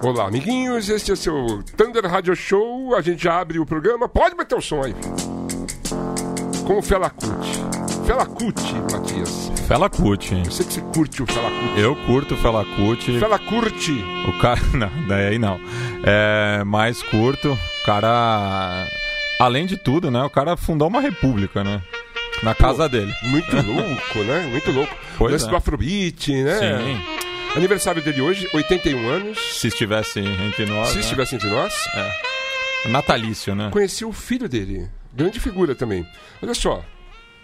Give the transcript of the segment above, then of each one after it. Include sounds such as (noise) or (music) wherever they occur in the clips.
Olá, amiguinhos. Este é o seu Thunder Radio Show. A gente já abre o programa. Pode bater o som aí. Com o Fela Kuti. Fela Kuti, Matias. Fela Kuti. Eu sei que você curte o Fela Kuti. Eu curto o Fela Kuti. Fela Curte. O cara. (laughs) Não, daí não. É mais curto. O cara. Além de tudo, né? O cara fundou uma república, né? Na casa dele. (laughs) Muito louco, né? Muito louco. Pois Lance é. do Afrobeat, né? Sim. Aniversário dele hoje, 81 anos. Se estivesse entre nós. Se né? estivesse entre nós, É. Natalício, né? conheci o filho dele. Grande figura também. Olha só, o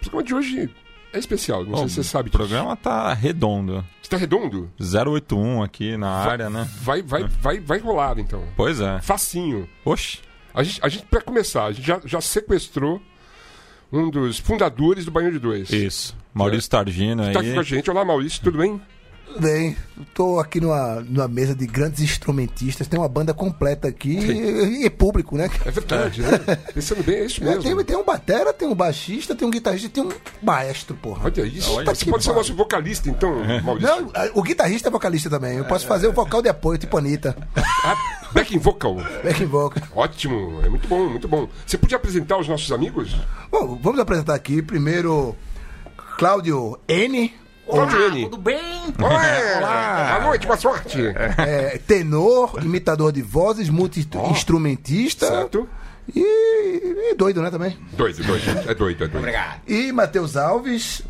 programa de hoje é especial. Não Bom, sei se você sabe O disso. programa tá redondo. Está redondo? 081 aqui na área, né? Vai, vai, vai, vai rolar, então. Pois é. Facinho. Oxi. A gente, a gente para começar, a gente já, já sequestrou um dos fundadores do Banho de Dois. Isso. Maurício Targino aí. Tá aqui com a gente. Olá, Maurício, tudo bem? Bem, tô aqui numa, numa mesa de grandes instrumentistas, tem uma banda completa aqui e, e é público, né? É (laughs) (laughs) verdade, né? Pensando bem, é isso mesmo. Tem, tem um batera, tem um baixista, tem um guitarrista e tem um maestro, porra. Olha isso. Olha Você que pode ser pariu. nosso vocalista, (laughs) então, Maurício. Não, a- o guitarrista é vocalista também. Eu posso fazer o vocal de apoio, tipo Anitta. Ah, backing vocal. Back in vocal. Ótimo, é muito bom, muito bom. Você podia apresentar os nossos amigos? Bom, vamos apresentar aqui primeiro Cláudio N, Cláudio N. Tudo bem? Oi, Boa noite, boa sorte. é, tenor, imitador de vozes, multi-instrumentista. Certo? E, e doido, né, também. Doido, doido. É doido, é doido. Obrigado. E Matheus Alves,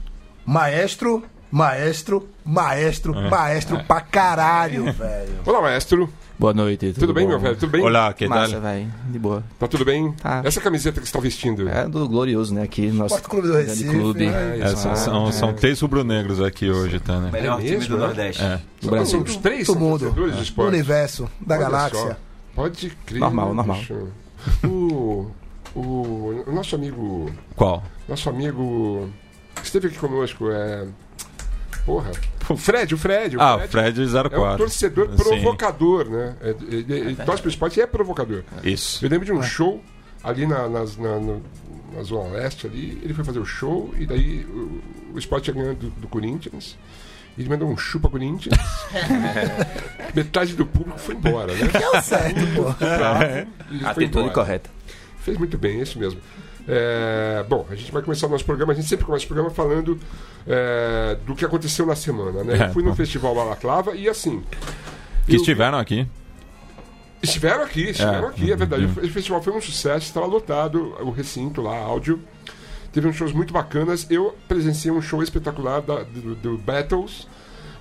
maestro, maestro, maestro, É. maestro pra caralho, velho. Olá, maestro. Boa noite, tudo, Tudo, bem, bom? meu velho? Tudo bem? Olá, que Massa, tal? velho, de boa. Tá tudo bem? Tá. Essa camiseta que você está vestindo. É do glorioso, né, aqui, nosso Esporte Clube do grande Recife, clube né? É, são, são, são três rubro-negros aqui hoje, tá, né? Melhor É time mesmo, do né? Nordeste. É. do São- São Brasil. os três Do são mundo, é. torcedores do do esporte. universo, da Olha galáxia. só. Pode crer. Normal, né, normal. bicho? O, o, o nosso amigo. Qual? Nosso amigo. que Esteve aqui conosco, é. Porra. O Fred, o Fred. O Ah, Fred. Fred É um 04. torcedor Sim. provocador, né? É, Ele, ele torce pro esporte e é provocador. Isso. Eu lembro É. de um show ali na, nas- na- no- na Zona Leste, ali, ele foi fazer o show e daí o, o esporte ia ganhando do, do Corinthians. Ele mandou um chupa Corinthians. Metade do público foi embora, né? É o certo, pô. Ele foi Atitude embora. correta. Fez muito bem, é isso mesmo. É, bom, a gente vai começar o nosso programa. A gente sempre começa o programa falando é, do que aconteceu na semana, né? É, Eu fui no bom. festival Balaclava e assim. Que eu- estiveram aqui. Estiveram aqui, estiveram É. aqui, é verdade. Uhum. O festival foi um sucesso, estava lotado o recinto lá, áudio. Teve uns shows muito bacanas. Eu presenciei um show espetacular da- do, do Battles.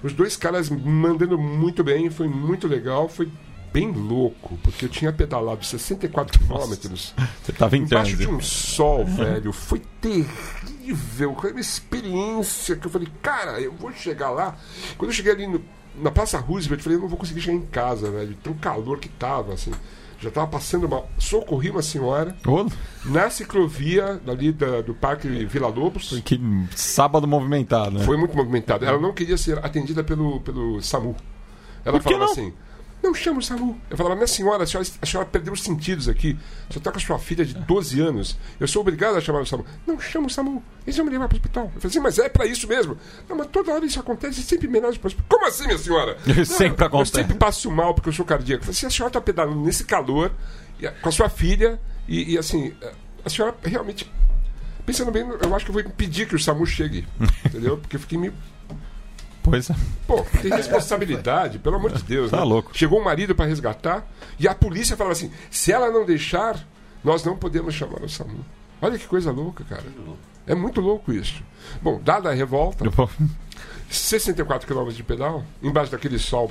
Os dois caras mandando muito bem, foi muito legal, foi bem louco, porque eu tinha pedalado 64 quilômetros Você tava em embaixo de trânsito. um sol, velho. Foi terrível. Foi uma experiência que eu falei, cara, eu vou chegar lá. Quando eu cheguei ali no- na Praça Roosevelt, eu falei, eu não vou conseguir chegar em casa, velho. Tão calor que tava, assim. Já tava passando mal. Socorri uma senhora Ô, na ciclovia ali da- do Parque Vila Lobos. Que sábado movimentado, né? Foi muito movimentada. Ela não queria ser atendida pelo, pelo SAMU. Ela que falava não? assim. Não chama o SAMU. Eu falava, minha senhora, a senhora, a senhora perdeu os sentidos aqui. Você tá com a sua filha de 12 anos. Eu sou obrigado a chamar o SAMU. Não chama o SAMU. Eles vão me levar para o hospital. Eu falei assim, mas é para isso mesmo. Não, mas toda hora isso acontece, é sempre me levam para o hospital. Como assim, minha (laughs) senhora? "Não, É Sempre acontece." Eu sempre passo mal porque eu sou cardíaco. Eu falei assim, a senhora tá pedalando nesse calor, e a- com a sua filha, e, e assim, a senhora realmente Pensando bem, eu acho que eu vou impedir que o SAMU (laughs) chegue. entendeu? Porque eu fiquei meio. (laughs) Pois é. Pô, tem responsabilidade, pelo amor de Deus. Tá né? louco. Chegou o marido para resgatar e a polícia falava assim: se ela não deixar, nós não podemos chamar o SAMU. Olha que coisa louca, cara. É muito louco isso. Bom, dada a revolta, Eu vou- 64 km de pedal, embaixo daquele sol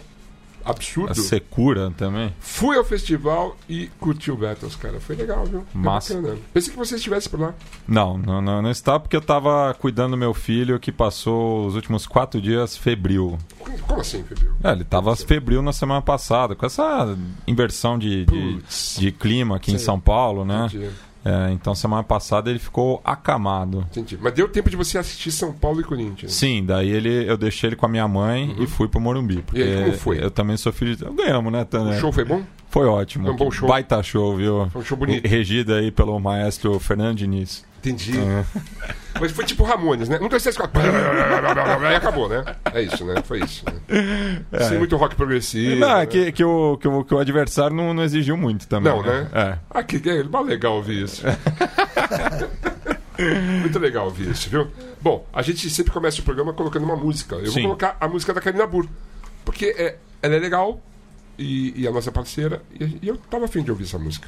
absurdo, A secura também. fui ao festival e curti o Battles, cara. Foi legal, viu? Foi Massa. bacana. Pensei que você estivesse por lá. Não, não, não, não está porque eu tava cuidando do meu filho que passou os últimos quatro dias febril. Como assim, Febio? É, ele tava febril na semana passada, com essa inversão de, de, Putz. de clima aqui em Sei. São Paulo, né? Entendi. É, então semana passada ele ficou acamado. Entendi. Mas deu tempo de você assistir São Paulo e Corinthians. Sim, daí ele, eu deixei ele com a minha mãe e fui pro Morumbi. Porque Uhum. E aí, como foi? Eu também sou filho de. Ganhamos, né, O Tânia? show foi bom? Foi ótimo. Foi um bom show. Baita show, viu? Foi um show bonito. Regida aí pelo maestro Fernando Diniz. É. Entendi. Mas foi tipo Ramones, né? Um, dois, três, quatro. Aí acabou, né? É isso, né? Foi isso. Né? Sem muito rock É. progressivo. Não, né? é que, que, o, que, o, que o adversário não, não exigiu muito também. Não, né? É. Ah, que é mó legal ouvir (laughs) isso. Muito legal ouvir isso, viu? Bom, a gente sempre começa o programa colocando uma música. Eu Sim. vou colocar a música da Karina Burr. Porque é, ela é legal e, e a nossa parceira. E, e eu tava afim de ouvir essa música.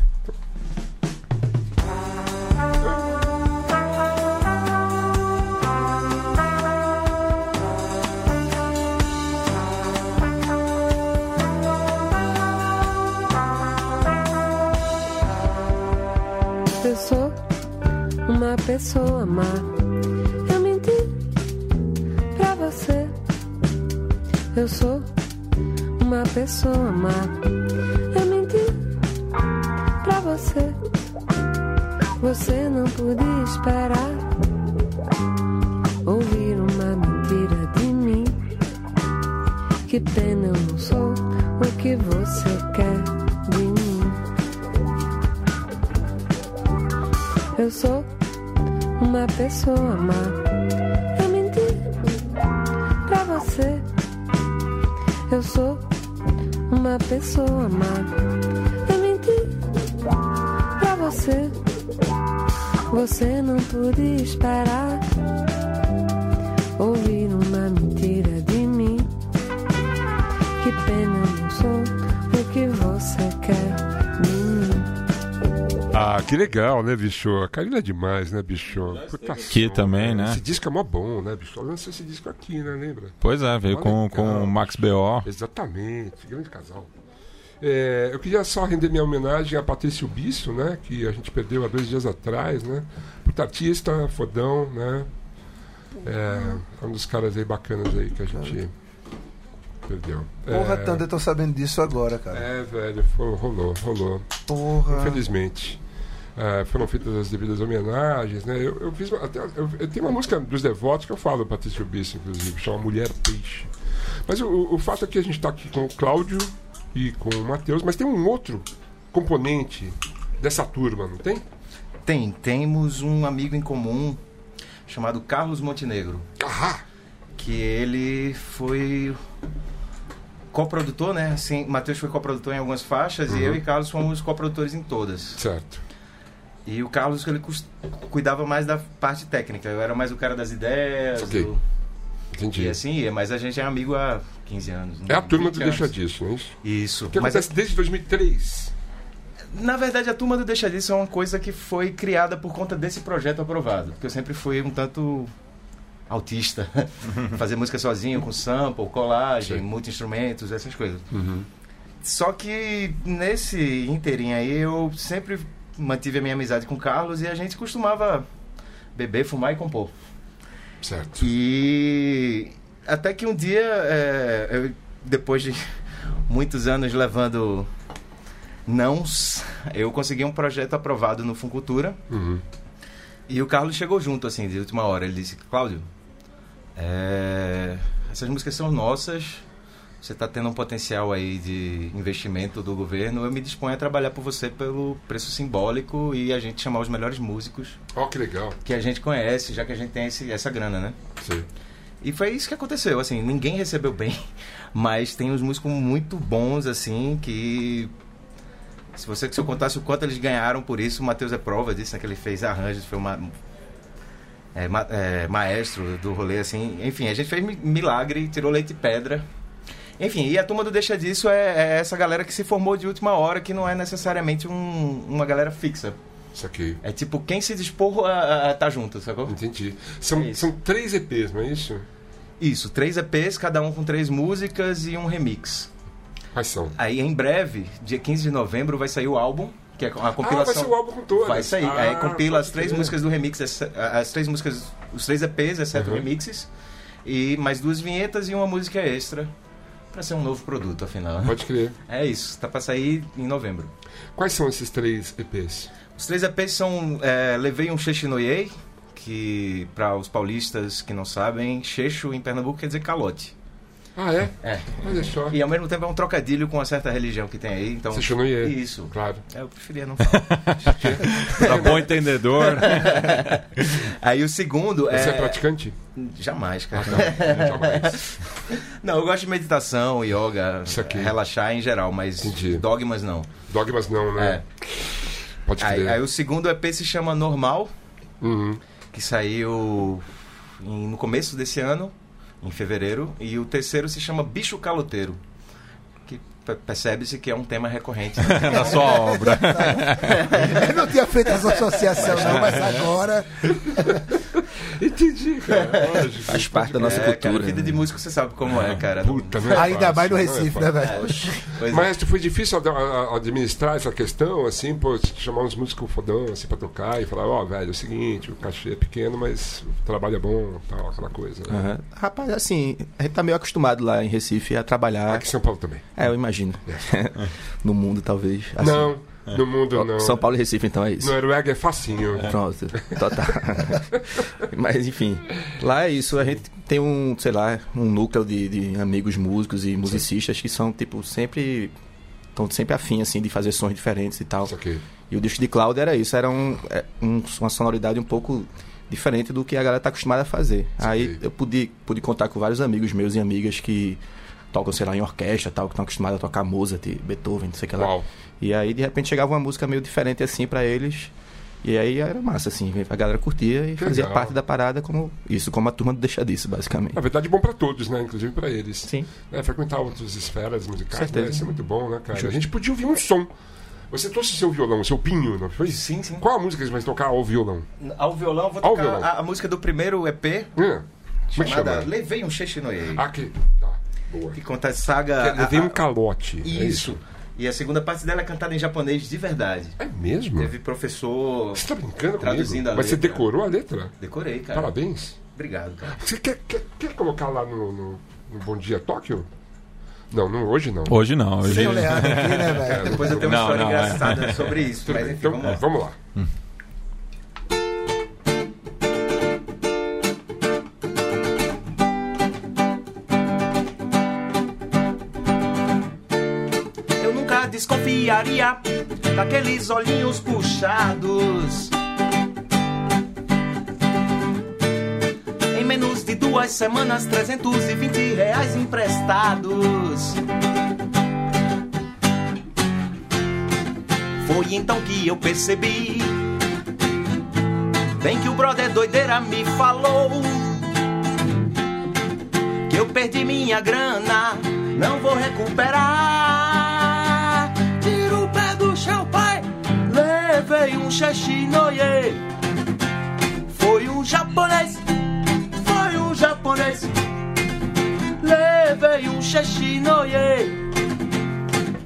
Eu sou uma pessoa má. Eu menti pra você. Eu sou uma pessoa má. Eu menti pra você. Você não podia esperar ouvir uma mentira de mim. Que pena, eu não sou o que você quer de mim. Eu sou uma pessoa má. Eu menti pra você. Eu sou uma pessoa má. Eu menti pra você. Você não podia esperar ouvir uma mentira de mim. Que pena, eu não sou o que você quer de mim. Ah, que legal, né, bicho? A Karina é demais, né, bicho? Puta Aqui som, também, né? Esse disco é mó bom, né, bicho? Ela lançou esse disco aqui, né? Lembra? Pois é, veio Olha, com, cara. com o Max B.O. Exatamente, grande casal. É, eu queria só render minha homenagem a Patrício Bisso, né? Que a gente perdeu há dois dias atrás, né? Puta artista, fodão, né? É, é um dos caras aí bacanas aí que a gente perdeu. Porra, tá é, Thunder, eu tô sabendo disso agora, cara. É, velho, foi- rolou, rolou. Porra. Infelizmente. Ah, foram feitas as devidas homenagens, né? Eu, eu fiz uma- até, eu, eu tenho uma música dos Devotos que eu falo, Patrício Bisso, inclusive, chama Mulher Peixe. Mas o- o, o fato é que a gente está aqui com o Cláudio e com o Matheus, mas tem um outro componente dessa turma, não tem? Tem, temos um amigo em comum chamado Carlos Montenegro, Ah, que ele foi coprodutor, né? Assim, Matheus foi coprodutor em algumas faixas e eu e Carlos fomos coprodutores em todas. Uhum. certo. E o Carlos ele cus- cuidava mais da parte técnica, eu era mais o cara das ideias, Ok. do- Entendi. e assim ia, mas a gente é amigo há 15 anos. né? É a turma do 20 anos. Deixa Disso, não é isso? Isso. Que Mas é- acontece desde 2003. Na verdade, a turma do Deixa Disso é uma coisa que foi criada por conta desse projeto aprovado. Porque eu sempre fui um tanto autista. (laughs) Fazer música sozinho, com sample, colagem, Sim. muitos instrumentos, essas coisas. Só que nesse inteirinho aí, eu sempre mantive a minha amizade com o Carlos e a gente costumava beber, fumar e compor. (laughs) Certo. E até que um dia, é, eu, depois de (laughs) muitos anos levando nãos, eu consegui um projeto aprovado no Funcultura. Uhum. E o Carlos chegou junto, assim, de última hora. Ele disse, Cláudio, é, essas músicas são nossas. Você está tendo um potencial aí de investimento do governo. Eu me disponho a trabalhar por você pelo preço simbólico e a gente chamar os melhores músicos Ó, que legal. que a gente conhece, já que a gente tem esse- essa grana, né? Sim. E foi isso que aconteceu, assim, ninguém recebeu bem, (laughs) mas tem uns músicos muito bons, assim, que. Se você se eu contasse o quanto eles ganharam por isso, o Matheus é prova disso, né? Que ele fez arranjos, foi uma. é, ma- é, maestro do rolê, assim. Enfim, a gente fez mi- milagre, tirou leite e pedra. Enfim, e a turma do Deixa Disso é, é essa galera que se formou de última hora, que não é necessariamente um- uma galera fixa. Isso aqui. É tipo, quem se dispor a, a, a tá junto, sacou? Entendi. São, É isso. são três EPs, não é isso? Isso, três EPs, cada um com três músicas e um remix. Quais são? Aí em breve, dia 15 de novembro, vai sair o álbum, que é a compilação. Ah, vai ser o álbum com todas. Vai sair. Ah, Aí É, compila pode as três crer. músicas do remix, as, as três músicas, os três EPs, exceto Uhum. remixes, e mais duas vinhetas e uma música extra. Pra ser um novo produto, afinal. Pode crer. (laughs) É isso, tá pra sair em novembro. Quais são esses três EPs? Os três EPs são é, Levei um Xexi no Iei, que pra os paulistas que não sabem, Xexo em Pernambuco quer dizer calote. Ah, é? É. Olha só. E ao mesmo tempo é um trocadilho com uma certa religião que tem aí. Então, Você achou que não ia? Isso. Claro. É, Eu preferia não falar. Tá bom entendedor. (laughs) aí o segundo é. Você é praticante? Ah, tá. Jamais, cara. (laughs) Jamais. Não, eu gosto de meditação, yoga, Isso aqui. relaxar em geral, mas Entendi. dogmas não. É. Dogmas não, né? Pode Aí, crer. aí o segundo EP se chama Normal, Uhum. que saiu em- no começo desse ano, em fevereiro, e o terceiro se chama Bicho Caloteiro. Que pe- percebe-se que é um tema recorrente. (laughs) né? Na sua obra. (laughs) Eu não tinha feito essa associação, não, mas É. É. agora. (laughs) Entendi, cara. Lógico. É, Faz parte da nossa é, cultura. né? cara, vida de músico você sabe como é, cara. Puta, não é Ainda fácil, mais no não é Recife, fácil. né, velho? Pois é. Mas foi difícil ad- a- a- administrar essa questão, assim, pô, chamar uns músicos fodão, assim, pra tocar e falar, ó, velho, é o seguinte, o cachê é pequeno, mas o trabalho é bom, tal, aquela coisa. Né? Aham. Rapaz, assim, a gente tá meio acostumado lá em Recife a trabalhar. Aqui em São Paulo também. É. É, eu imagino. (laughs) no mundo, talvez. Assim, não, no mundo não. São Paulo e Recife, então, é isso. Noruega é facinho. Pronto, total. (laughs) Mas enfim, lá é isso. A gente tem um, sei lá, um núcleo de, de amigos músicos e musicistas que são, tipo, sempre. Estão sempre afim, assim, de fazer sons diferentes e tal. Isso aqui. E o disco de Cláudio era isso, era um, é, um- uma sonoridade um pouco diferente do que a galera tá acostumada a fazer. Aí eu pude, pude contar com vários amigos meus e amigas que tocam, sei lá, em orquestra tal, que estão acostumados a tocar Mozart, Beethoven, não sei o que lá. Uau. E aí, de repente, chegava uma música meio diferente, assim, pra eles. E aí era massa, assim, a galera curtia e fazia legal. parte da parada como isso, como a turma do Deixa Disso, basicamente. Na verdade, bom pra todos, né? Inclusive pra eles. Sim. Né? Frequentar outras esferas musicais, Certeza. né? Isso é muito bom, né, cara? A gente podia ouvir um som. Você trouxe seu violão, seu pinho, não foi? Sim, sim. Qual a música que você vai tocar ao violão? Ao violão, vou Ao tocar violão. A, a música do primeiro EP, Hã? Como é que chamada chama? Levei um Chechinoye, Aqui. Tá. Boa. que conta a saga... a- Ele veio a- um calote. é Isso. E a segunda parte dela é cantada em japonês de verdade. É mesmo? Teve professor... Você tá brincando Traduzindo comigo? a Mas você letra. decorou a letra? Decorei, cara. Parabéns. Obrigado, cara. Você quer, quer, quer colocar lá no, no- no Bom Dia Tóquio? Não, não hoje não. É. Hoje não. Hoje... Tem o Leandro aqui, né, velho? Depois eu tenho uma Não, história não, é. engraçada sobre isso, Tudo mas bem, enfim, então, vamos lá. vamos lá. Eu nunca desconfiaria daqueles olhinhos puxados. Em menos de duas semanas, 320 reais emprestados. Foi então que eu percebi. Bem que o brother doideira me falou que eu perdi minha grana, não vou recuperar. Tira o pé do chão, pai, levei um xaxinoye. Foi um japonês, foi um japonês. Levei um xaxinoye.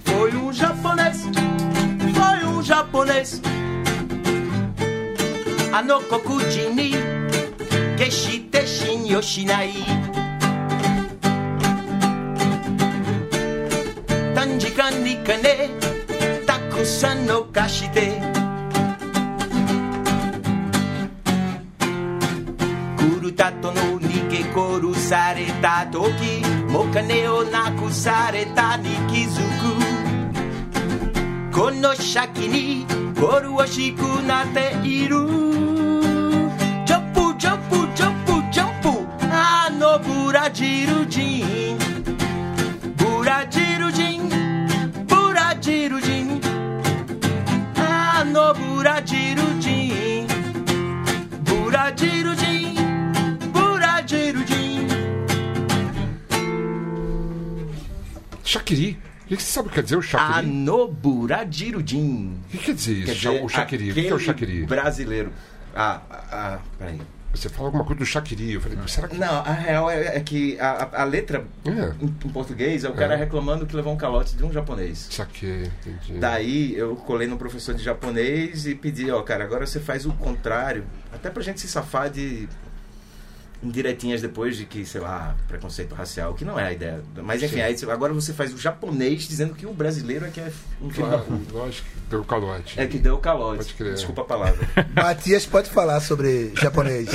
Foi um japonês, foi um japonês. Anokokujini, keshite shin yoshinai. 短時間に金たくさんの貸してクルタとの逃げ殺された時もう金をなくされたに気づくこの先にゴルはしくなっているジャンプジャンプジャンプジャンプあのブラジル人 Buradiludin, Buradiludin, ah, no Buradiludin, Buradiludin, Buradiludin. Shakiri. O que que você sabe o que quer dizer o Ah, Shakiri? no Buradiludin. O que quer dizer isso? Quer dizer, o Shakiri. O que é o aquele Shakiri? Brasileiro. Ah, ah, ah, peraí. Você fala alguma coisa do Shakiri. Eu falei, será que. Não, a real é, é que a, a- a letra É. em, em português é o cara É. reclamando que levou um calote de um japonês. Saquei, entendi. Daí eu colei no professor de japonês e pedi, ó, cara, agora você faz o contrário. Até pra gente se safar de. indiretinhas depois de que, sei lá, preconceito racial, que não é a ideia. Mas enfim, aí você- agora você faz o japonês dizendo que o brasileiro é que é um filho da Claro, puta. lógico, pelo calote. É que deu o calote. Pode crer. Desculpa (laughs) a palavra. Matias pode falar sobre japonês.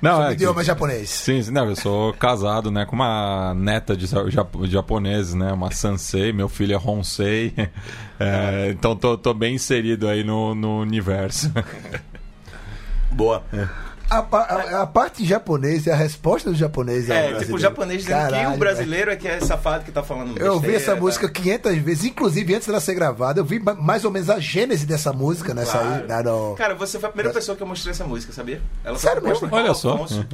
Não, um sobre é. que- idioma japonês. Sim, sim, não, eu sou casado, né, com uma neta de ja- japo- japoneses, né, uma Sansei, meu filho é Honsei, (laughs) É, então tô, tô bem inserido aí no, no universo. Boa. A, pa- a- a parte japonês é a resposta do japonês. ao É, tipo brasileiro. o japonês dizendo que Caralho, o brasileiro é que é safado que tá falando Eu ouvi essa besteira, música tá? 500 vezes, inclusive antes dela ser gravada. Eu vi ma- mais ou menos a gênese dessa música nessa aí. Claro. na- no- né? Cara, você foi a primeira pessoa que eu mostrei essa música, sabia? Ela foi Sério proposta mesmo? em Olha Paulo só. Afonso,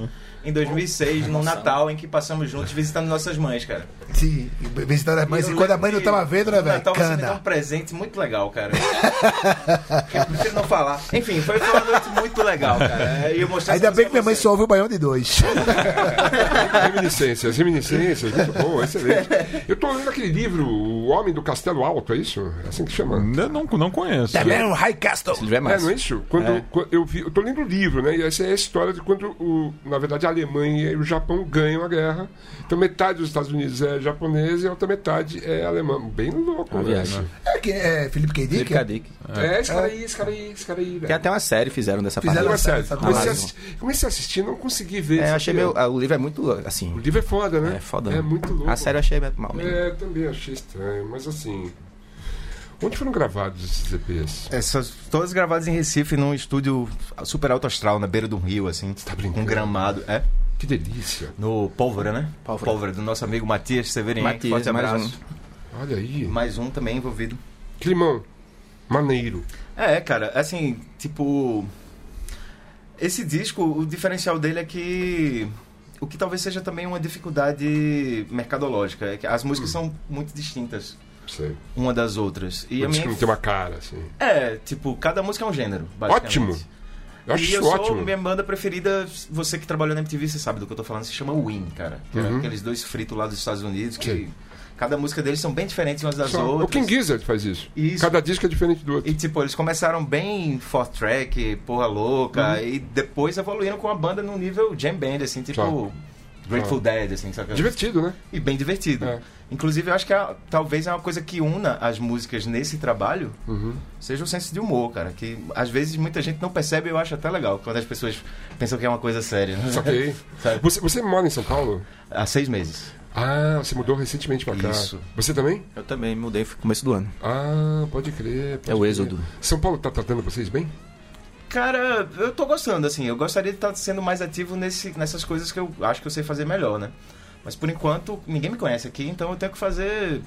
Em 2006, no Natal, em que passamos juntos visitando nossas mães, cara. Sim, visitando as mães. eu E quando a mãe não lembro tava que vendo, né, no velho? Natal você me deu um Cana. presente muito legal, cara. (laughs) eu prefiro não falar. Enfim, foi foi uma noite muito legal, cara. É, E eu mostrei Ainda essa bem música que minha a mãe você. só ouve o baião de dois. (laughs) Reminiscências, reminiscências, muito bom, excelente. Eu tô lendo aquele livro, O Homem do Castelo Alto, é isso? É assim que chama. Eu não, não conheço. Também um High Castle. Se tiver É, mais. não é isso? Quando, quando eu, vi, eu tô lendo o livro, né? E essa é a história de quando, o, na verdade, a Alemanha e o Japão ganham a guerra. Então, metade dos Estados Unidos é japonês e a outra metade é alemã. Bem louco, né? Aliás, É, que- é Felipe K. Dick? Felipe Cadic. É, esse cara aí, esse cara aí, esse cara aí. Tem Né? até um uma série fizeram dessa Mas Fizeram não é sério, parada. essa- comecei, a Ah, assistir, comecei a assistir, não consegui ver. É, eu achei sabia? meio. O livro é muito assim. O livro é foda, né? É foda. É muito louco. A série eu achei mal. mesmo. É, também achei estranho, mas assim. Onde foram gravados esses EPs? Essas, todas gravadas em Recife, num estúdio super alto astral, na beira do rio, assim. tá brincando? Com gramado. É. Que delícia. No Pólvora, né? Pólvora. do nosso amigo Matias Severin. Matias, Forte mais abraço. Olha aí. Mais um também envolvido. Climão. Maneiro. É, cara, assim, tipo. Esse disco, o diferencial dele é que. O que talvez seja também uma dificuldade mercadológica. É que as músicas são muito distintas Hum. Sei. uma das outras. E Eu a disse minha. que não tem uma cara, assim. É, tipo, cada música é um gênero, basicamente. Ótimo. Eu acho e eu isso sou ótimo. minha banda preferida, você que trabalhou na MTV, você sabe do que eu tô falando, se chama Win, cara. Que era Uhum. aqueles dois fritos lá dos Estados Unidos, que Sim. cada música deles são bem diferentes umas das Só- outras. o King Gizzard faz isso. Isso. Cada disco é diferente do outro. E tipo, eles começaram bem four track, porra louca, Uhum. e depois evoluíram com a banda num nível jam band, assim, tipo. Claro. Ah. Grateful Dead, assim, saca? Divertido, né? E bem divertido. É. Inclusive, eu acho que a- talvez é uma coisa que una as músicas nesse trabalho Uhum. seja o senso de humor, cara. Que às vezes muita gente não percebe e eu acho até legal quando as pessoas pensam que é uma coisa séria. né? Saquei. (laughs) Sabe? Você, você mora em São Paulo? Há seis meses. Ah, você mudou recentemente pra cá. Isso. Você também? Eu também mudei no começo do ano. Ah, pode crer. pode É o crer. êxodo. São Paulo tá tratando vocês bem? Cara, eu tô gostando, assim. Eu gostaria de estar sendo mais ativo nesse, nessas coisas que eu acho que eu sei fazer melhor, né? Mas por enquanto, ninguém me conhece aqui, então eu tenho que fazer.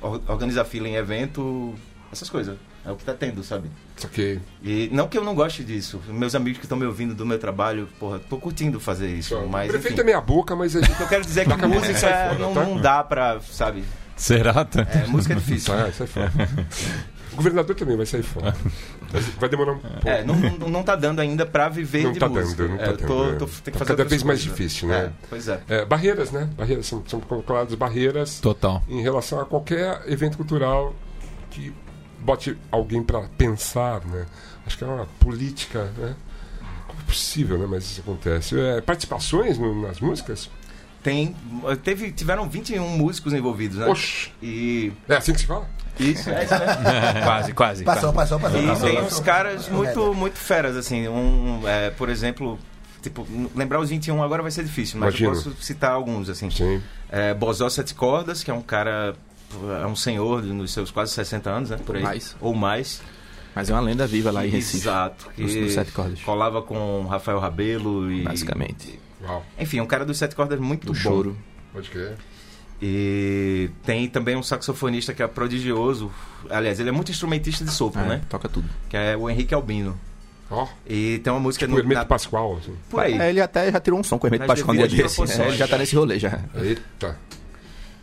or- organizar fila em evento, essas coisas. É o que tá tendo, sabe? Saquei. E não que eu não goste disso. Meus amigos que estão me ouvindo do meu trabalho, porra, tô curtindo fazer isso. Mas, o prefeito enfim. é meia boca, mas a gente O que eu quero dizer é que Taca a mão, sai música fora, não, tá? não dá pra, sabe? Será? tá? É, música é (laughs) difícil. Sai, sai fora. o governador também vai sair fora. Mas Vai demorar um pouco. É, não, não, não tá dando ainda pra viver Não de tá música. dando, não tá É, eu tô, dando, é. Tá tô- tem que fazer cada outras vez mais coisas. difícil, né? É, pois é. É, barreiras, né? Barreiras são, são colocadas barreiras Total. em relação a qualquer evento cultural que bote alguém para pensar, né? Acho que é uma política, né? Como é possível, né? Mas isso acontece. É, participações no- nas músicas? Tem, teve, tiveram 21 músicos envolvidos, né? Oxi! E É assim que se fala? isso, é isso, né? (laughs) quase, quase. Passou, passou, passou. E passou, tem passou. uns caras muito, muito feras, assim. Um, é, por exemplo, tipo, lembrar os 21 agora vai ser difícil, mas eu Imagino. posso citar alguns, assim. Sim. É, Bozó Sete Cordas, que é um cara, é um senhor de- nos seus quase 60 anos, né? Por aí. Mais. Ou mais. Mas é uma lenda viva lá em Recife. Exato. Que Dos- dos Sete Cordas. Colava com Rafael Rabelo e... Basicamente. Uau, Enfim, um cara dos Sete Cordas muito Do bom. choro. pode crer. E tem também um saxofonista que é prodigioso. Aliás, ele é muito instrumentista de sopro, É, né? Toca tudo. Que é o Henrique Albino. Ó, E tem uma música o Hermeto na- Pascoal. Assim. por aí. É, ele até já tirou um som com o Hermeto Nas Pascoal um dia devidas desse. proporções. É, ele já tá nesse rolê já. Eita.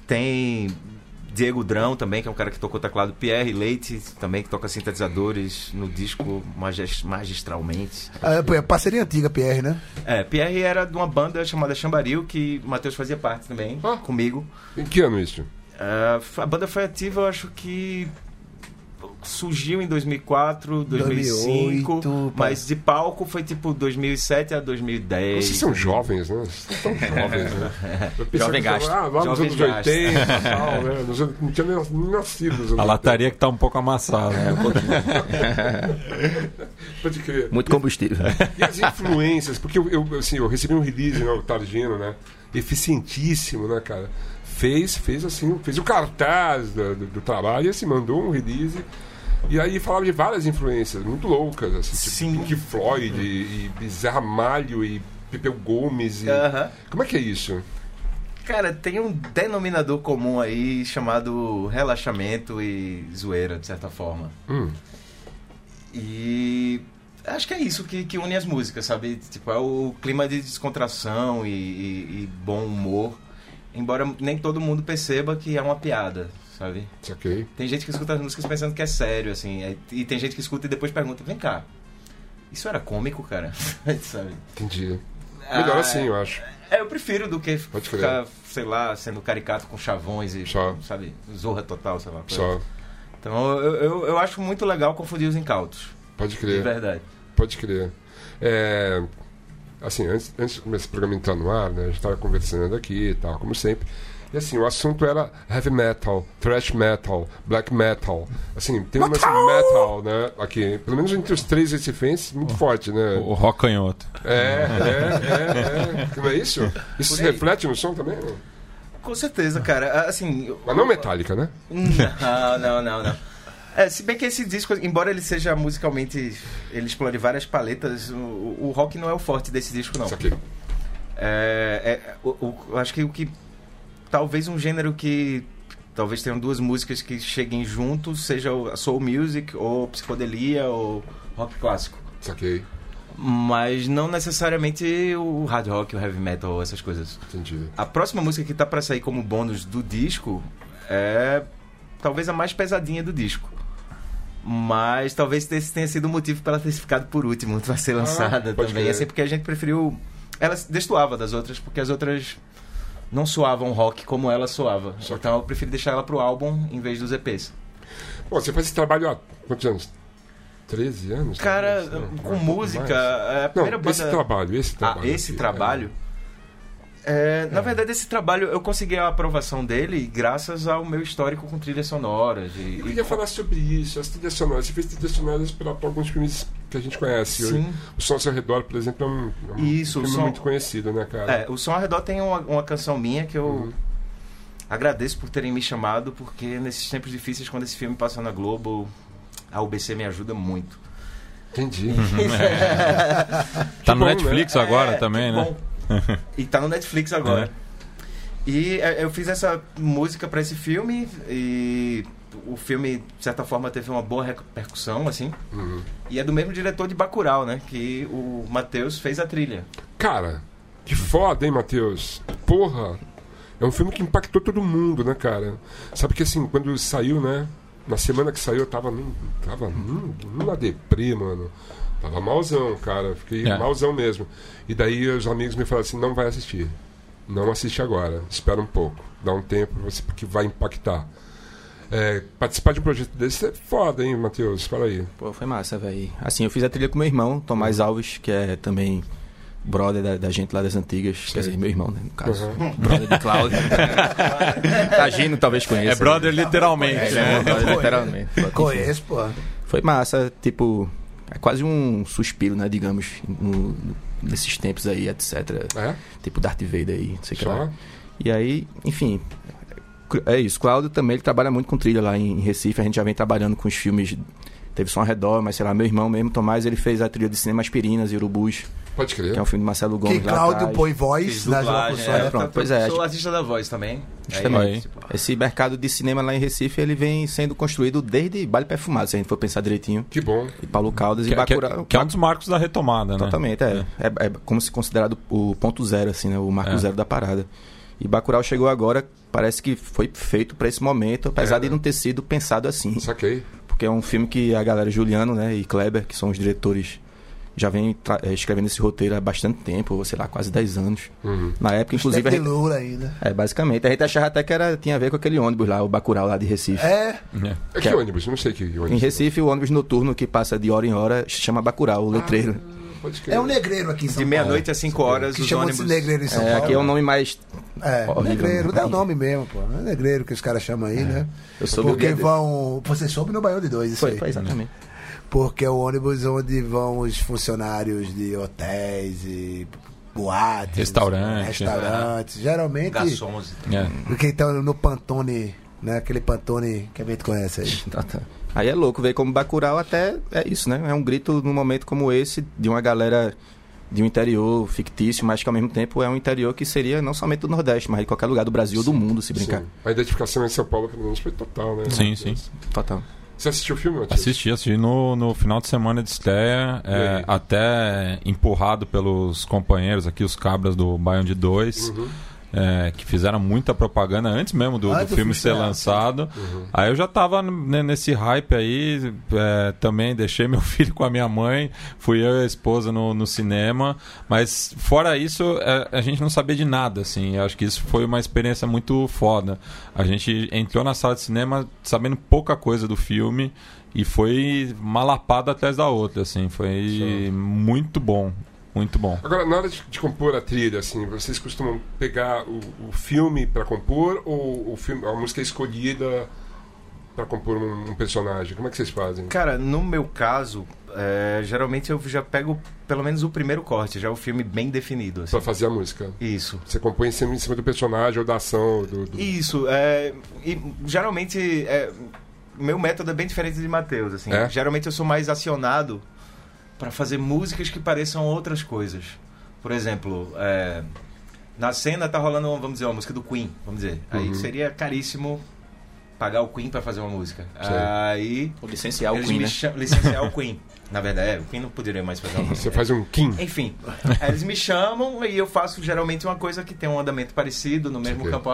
Tem Diego Drão também, que é um cara que tocou teclado. Pierre Leite também, que toca sintetizadores no disco majes- magistralmente. Ah, pô, é parceria antiga, Pierre, né? É, Pierre era de uma banda chamada Chambaril, que Matheus fazia parte também, Ah. comigo. É, Em que ano isso? Ah, a banda foi ativa, eu acho que surgiu em 2004, 2005, 2008, mas de palco foi tipo 2007 a 2010. Vocês são jovens, né? Vocês são tão (laughs) jovens, né? Eu pensava Jovem que tava, gasto. Ah, lá nos Jovem anos gasto. 80 e tal, né? Nos anos- Não tinha nem nem nascido nos anos A 80. lataria que tá um pouco amassada. É, é um né? (laughs) Pode crer. Muito combustível. E assim- (laughs) as influências, porque eu, eu, assim, eu recebi um release, né, o Targino, né? Eficientíssimo, né, cara? Fez, fez assim, fez o cartaz da- do, do trabalho e assim, mandou um release. E aí falava de várias influências muito loucas, assim, tipo Pink Sim. Floyd e, e Zé Ramalho e Pepeu Gomes. E... Aham. Como é que é isso? Cara, tem um denominador comum aí chamado relaxamento e zoeira, de certa forma. Hum. E acho que é isso que, que une as músicas, sabe? Tipo, é o clima de descontração e, e- e bom humor. Embora nem todo mundo perceba que é uma piada, sabe? Saquei. Tem gente que escuta as músicas pensando que é sério, assim. é- E tem gente que escuta e depois pergunta, vem cá, isso era cômico, cara? (laughs) sabe? Entendi. Melhor Ah, assim, eu acho. É, eu prefiro do que Pode ficar, sei lá, sendo caricato com chavões e, Só. sabe, zorra total, sei lá. coisa. Só. Então eu, eu, eu acho muito legal confundir os incautos, Pode de crer. verdade. Pode crer. É, assim, antes, antes desse programa entrar no ar, né, a gente estava conversando aqui e tal, como sempre. E assim, o assunto era heavy metal, thrash metal, black metal. Assim, tem um lance de metal, né? Aqui, pelo menos entre os três recifenses, muito forte, né? O rock canhoto. É, é, é, é. Não é isso? Isso se Por aí. reflete no som também? não? Com certeza, cara. Assim. eu- Mas não metálica, né? Não, não, não, não. É, se bem que esse disco, embora ele seja musicalmente. ele explore várias paletas, o, o rock não é o forte desse disco, não. Isso aqui. É, é, o- o- eu acho que o que. Talvez um gênero que. Talvez tenham duas músicas que cheguem juntos, seja o- a Soul Music, ou Psicodelia, ou Rock Clássico. Saquei. Mas não necessariamente o hard rock, o heavy metal, essas coisas. Entendi. A próxima música que tá pra sair como bônus do disco é talvez a mais pesadinha do disco. Mas talvez esse tenha sido o motivo para ela ter ficado por último pra ser lançada Ah, pode também. crer. Assim, porque a gente preferiu. Ela se destoava das outras, porque as outras não soavam rock como ela soava. Só que- Então eu prefiro deixar ela pro álbum em vez dos EPs. Bom, você faz esse trabalho há quantos anos? 13 anos? Cara, talvez, né? com Mais, música, mais. é a Não, primeira esse banda- trabalho, esse Ah, trabalho. esse aqui, trabalho. é, na verdade, esse trabalho eu consegui a aprovação dele graças ao meu histórico com trilhas sonoras. E, Eu e- queria falar sobre isso, as trilhas sonoras. Você fez trilhas sonoras para alguns filmes que a gente conhece. Sim. O Som ao Seu Redor, por exemplo, é um, é um Isso, o filme Som- muito conhecido, né, cara? É, o Som ao Redor tem uma, uma canção minha que eu Uhum. agradeço por terem me chamado, porque nesses tempos difíceis, quando esse filme passa na Globo, a UBC me ajuda muito. (laughs) Entendi. Uhum. Tá no bom, né? Netflix agora também, É, que né? (laughs) É. bom. e tá no Netflix agora. E é, eu fiz essa música pra esse filme e o filme, de certa forma, teve uma boa repercussão, assim. Uhum. E é do mesmo diretor de Bacurau, né? Que o Matheus fez a trilha. Cara, que foda, hein, Matheus? Porra! É um filme que impactou todo mundo, né, cara? Sabe que assim, quando saiu, né? Na semana que saiu, eu tava num. Tava num, numa deprê, mano. Tava malzão, cara. Fiquei É. malzão mesmo. E daí os amigos me falaram assim: não vai assistir. Não assiste agora. Espera um pouco. Dá um tempo pra você, porque vai impactar. É, participar de um projeto desse é foda, hein, Matheus? Fala aí. Pô, foi massa, velho. Assim, eu fiz a trilha com meu irmão, Tomás Alves, que é também brother da, da gente lá das antigas. Quer dizer, meu irmão, né, no caso. Uhum. (laughs) Brother de Cláudio. Tagino talvez conheça. É brother literalmente, Ele é né? meu brother, literalmente. (laughs) Conheço, porra. Foi massa, tipo... É quase um suspiro, né, digamos, no- no- nesses tempos aí, etc. É? Tipo Darth Vader aí, não sei o que lá. Só? E aí, enfim. É isso. Cláudio também ele trabalha muito com trilha lá em Recife. A gente já vem trabalhando com os filmes. Teve som ao redor, mas sei lá, meu irmão mesmo, Tomás, ele fez a trilha de cinema Aspirinas e Urubus, Pode crer. que é um filme do Marcelo Gomes. Que lá Cláudio atrás. põe voz nas é, locuções. pronto, pois é. Sou artista da voz também. Justamente. Aí, tipo, Esse mercado de cinema lá em Recife, ele vem sendo construído desde Baile Perfumado, se a gente for pensar direitinho. Que bom. E Paulo Caldas Que, e Bacurau. que- que é um dos marcos da retomada, né? Totalmente, é. É. é como se considerado o ponto zero, assim, né? O marco É. zero da parada. E Bacurau chegou agora, parece que foi feito pra esse momento, apesar É, de né? não ter sido pensado assim. Saquei. Porque é um filme que a galera Juliano, né, e Kleber, que são os diretores já vem tra- eh, escrevendo esse roteiro há bastante tempo, sei lá, quase 10 anos. Uhum. Na época, inclusive. a Deve ter gente- Lula ainda. é, basicamente. A gente achava até que era, tinha a ver com aquele ônibus lá, o Bacurau lá de Recife. É, É que Quer- ônibus? Não sei que ônibus. Em Recife, o ônibus noturno que passa de hora em hora se chama Bacurau, o letreiro. Pode crer. é um negreiro aqui em São De Paulo. meia-noite a cinco horas, Que os chamam-se ônibus. negreiro em São é, Paulo. aqui é um nome mais. É, Horrível, negreiro, né? é o nome mesmo, pô. É negreiro que os caras chamam aí, né? É, Eu sou do Porque Guedes. vão. Você soube no Baião de Dois, isso Foi, aí. foi exatamente. Porque é o ônibus onde vão os funcionários de hotéis e boates, Restaurante. restaurantes. né? Geralmente. Garçons. É. Porque então no Pantone, né? Aquele Pantone que a gente conhece aí. (laughs) Tá, tá. Aí é louco ver como Bacurau até é isso, né? É um grito num momento como esse de uma galera de um interior fictício, mas que ao mesmo tempo é um interior que seria não somente do Nordeste, mas de qualquer lugar do Brasil ou do mundo, se brincar. Sim. A identificação em São Paulo, pelo menos, foi total, né? Sim, sim. Total. Você assistiu o filme, Matheus? Assisti, assisti no, no final de semana de estreia, E é, aí? até empurrado pelos companheiros aqui, os cabras do Baião de 2, Uhum. é, que fizeram muita propaganda antes mesmo do, do Antes do Uhum. filme filme ser estrear, lançado. Aí eu já tava n- nesse hype aí, é, também deixei meu (laughs) filho com a minha mãe, fui eu e a esposa no, no cinema, mas fora isso, é, a gente não sabia de nada, assim. Eu acho que isso foi uma experiência muito foda. A gente entrou na sala de cinema sabendo pouca coisa do filme e foi uma lapada atrás da outra, assim. Foi muito bom, muito bom. Agora, na hora de, de compor a trilha, assim, vocês costumam pegar o, o filme para compor ou o filme, a música é escolhida para compor um, um personagem? Como é que vocês fazem? Cara, no meu caso, é, geralmente eu já pego pelo menos o primeiro corte, já é o filme bem definido. assim. Para fazer a música? Isso. Você compõe em cima, em cima do personagem ou da ação? Do, do... Isso, é, e geralmente é, meu método é bem diferente de Matheus, assim. É? Geralmente eu sou mais acionado para fazer músicas que pareçam outras coisas. Por exemplo, é, na cena tá rolando, uma, vamos dizer, uma música do Queen, vamos dizer. Uhum. Aí seria caríssimo pagar o Queen para fazer uma música. Sei. Aí O licenciar o eles Queen, me né? chamam- licenciar o Queen. (laughs) Na verdade, é, o Queen não poderia mais fazer uma música. Você faz um Kim? Enfim, aí eles me chamam e eu faço geralmente uma coisa que tem um andamento parecido, no mesmo Saquei. campo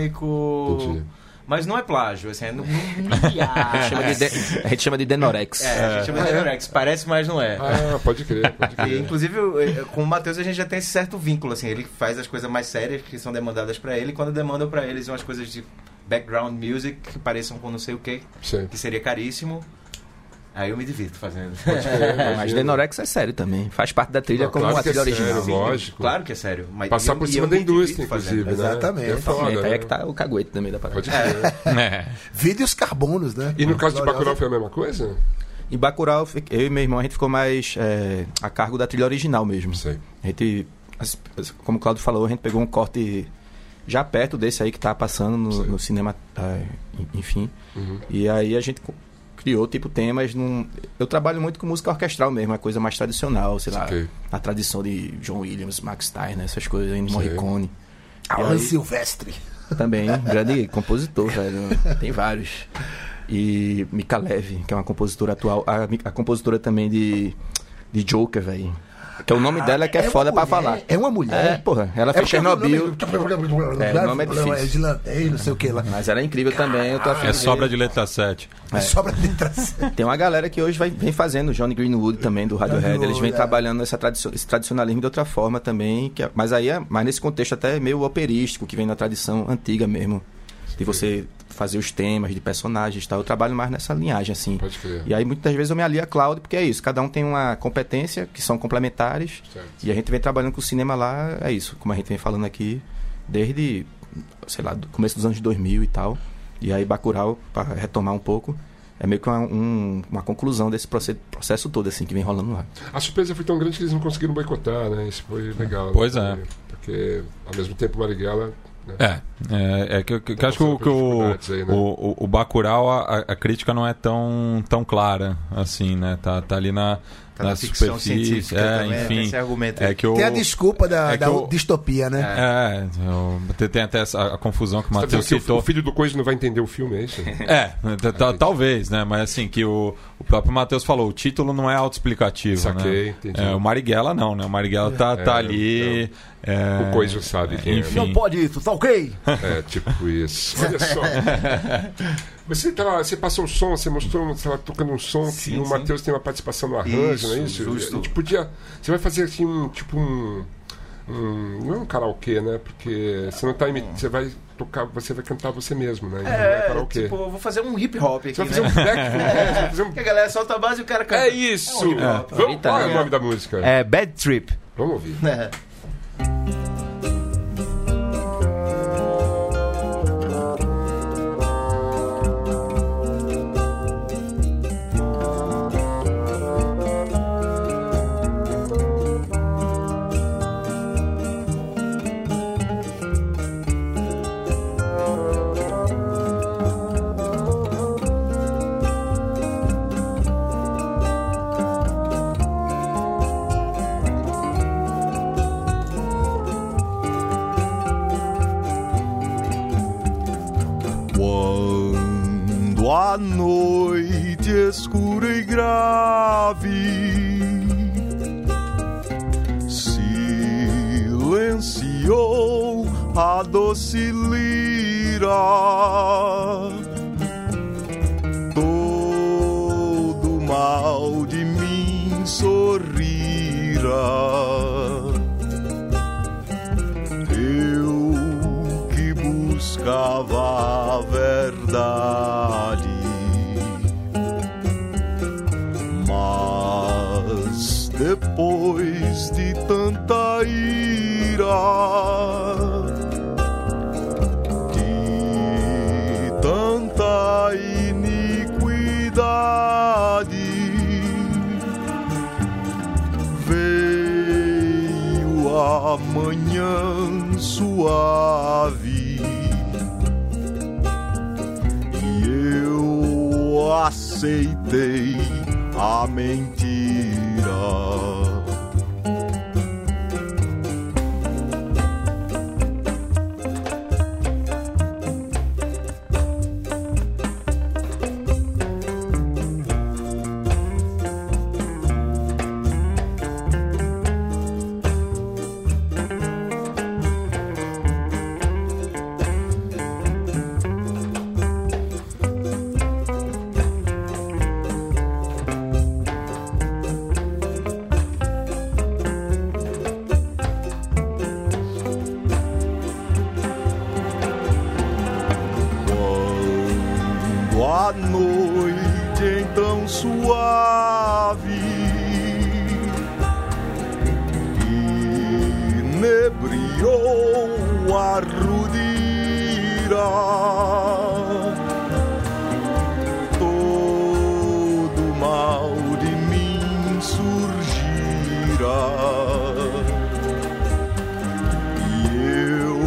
harmônico. Entendi. Mas não é plágio, assim, é no, (laughs) A gente chama de de- a gente chama de Denorex. é, a gente chama de Anorex, parece, mas não é. Ah, pode crer, pode E, crer. inclusive, eu- eu- com o Matheus a gente já tem esse certo vínculo, assim, ele faz as coisas mais sérias que são demandadas pra ele, e quando demandam pra eles umas coisas de background music que pareçam com não sei o que, Sim. que seria caríssimo, aí eu me divirto fazendo. (laughs) Mas Imagina. Denorex é sério também. Faz parte da trilha Não, como claro uma que é trilha sério, original. lógico. Claro que é sério. Mas Passar e eu- por e cima eu da me indústria, divirto fazendo. inclusive. né? Exatamente. É foda, Exatamente, Aí né? é que tá o caguete também da parada. Pode crer. (laughs) É. Vídeos carbonos, né? E no caso de Gloriosa. Bacurau foi a mesma coisa? Em Bacurau, eu fi- eu e meu irmão, a gente ficou mais é, a cargo da trilha original mesmo. Não sei. A gente, as- as- como o Claudio falou, a gente pegou um corte já perto desse aí que tá passando no, no cinema, ah, en- enfim. Uhum. E aí a gente co- criou, tipo, temas num... Eu trabalho muito com música orquestral mesmo, é coisa mais tradicional, sei lá. Saquei. A tradição de John Williams, Max Steiner, essas coisas, aí, Sei. Morricone. Alan E aí- Silvestre. Também, grande compositor, velho. Tem vários. E Mika Leve, que é uma compositora atual. A, mi- a compositora também de, de Joker, velho. Que o nome dela é que é, Ah, uma foda pra mulher, falar. É uma É, mulher. porra. Ela É fez porque o nome- Chernobyl. É, o nome é difícil. É Gilantei, não sei o que lá. Mas ela é incrível também. Eu tô afim É de- sobra de letra 7. É. Sobra de trazer. (laughs) Tem uma galera que hoje vai, vem fazendo, Johnny Greenwood também, do Radiohead. Eles vêm Greenwood, é. trabalhando essa tradicio- esse tradicionalismo de outra forma também. Que é- mas aí é, mas nesse contexto até meio operístico, que vem da tradição antiga mesmo. De você fazer os temas de personagens e tal. Eu trabalho mais nessa linhagem, assim. Pode crer. E aí muitas vezes eu me alio a Cláudio, porque é isso, cada um tem uma competência que são complementares. Certo. E a gente vem trabalhando com o cinema lá, é isso, como a gente vem falando aqui desde, sei lá, do começo dos anos 2000 e tal. E aí Bacurau, para retomar um pouco, é meio que uma, um- uma conclusão desse proce- processo todo assim que vem rolando lá. A surpresa foi tão grande que eles não conseguiram boicotar, né? Isso foi legal. Pois né? é. Porque, ao mesmo tempo, Marighella... né? É, é, é que, eu- que, que eu acho que, o, que o, dificuldades aí, né? o, o- o Bacurau, a, a- a crítica não é tão, tão clara, assim, né? Tá, tá ali na, Tá na na ficção superfície, científica é, também, tem enfim. esse argumento aí. É que o, Tem a desculpa da, É que da eu- distopia, né? é, eu- tem- tem até essa, a confusão que o Você tá dizendo Matheus que o- citou. o filho do Coisa não vai entender o filme, é (laughs) isso? É, t- t- talvez, né? Mas assim, que o, o próprio Matheus falou, o título não é autoexplicativo. né? Saquei, entendi. É, o Marighella não, né? O Marighella tá, tá É, ali. é, o Coisa sabe quem é, enfim. né? pode isso, tá ok? É, (laughs) tipo isso. Olha só. Você, tava, você passou o som, você mostrou, você estava tocando um som Sim, que o sim. Matheus tem uma participação no arranjo, não é isso? Isso, justo. A gente podia. Você vai fazer assim um tipo um. um- não é um karaokê, né? Porque você não tá imi- Você vai tocar, você vai cantar você mesmo, né? Então, não é É, karaokê. tipo, eu vou fazer um hip hop aqui, Você vai né? fazer um back, (laughs) né? Você vai fazer um- Porque a galera solta a base e o cara canta. É isso! É um hip-hop. Vamos, Então, tá. qual é o é. nome da música? É Bad Trip. Vamos ouvir. Quando a noite escura e grave silenciou a doce lira, todo o mal de mim sorrira. Eu que buscava a verdade, mas depois de tanta ira, de tanta iniquidade, veio a manhã suave e eu aceitei a mentira. Quando a noite então suave inebriou a rudira, todo o mal de mim surgira e eu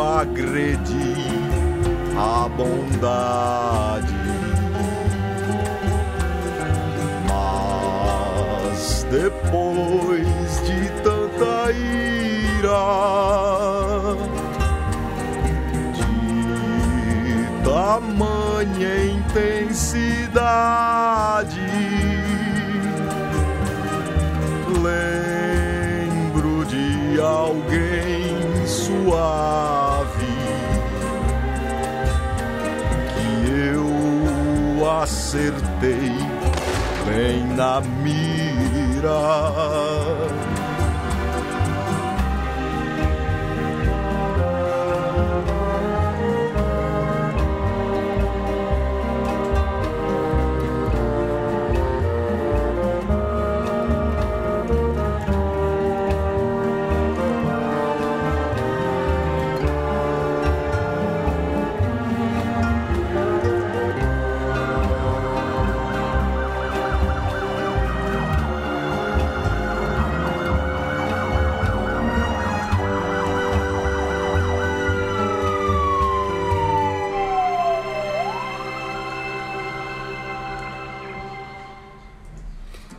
agredi a bondade. Mas depois de tanta ira, de tamanha intensidade, Lembro de alguém suave que eu acertei bem na mira.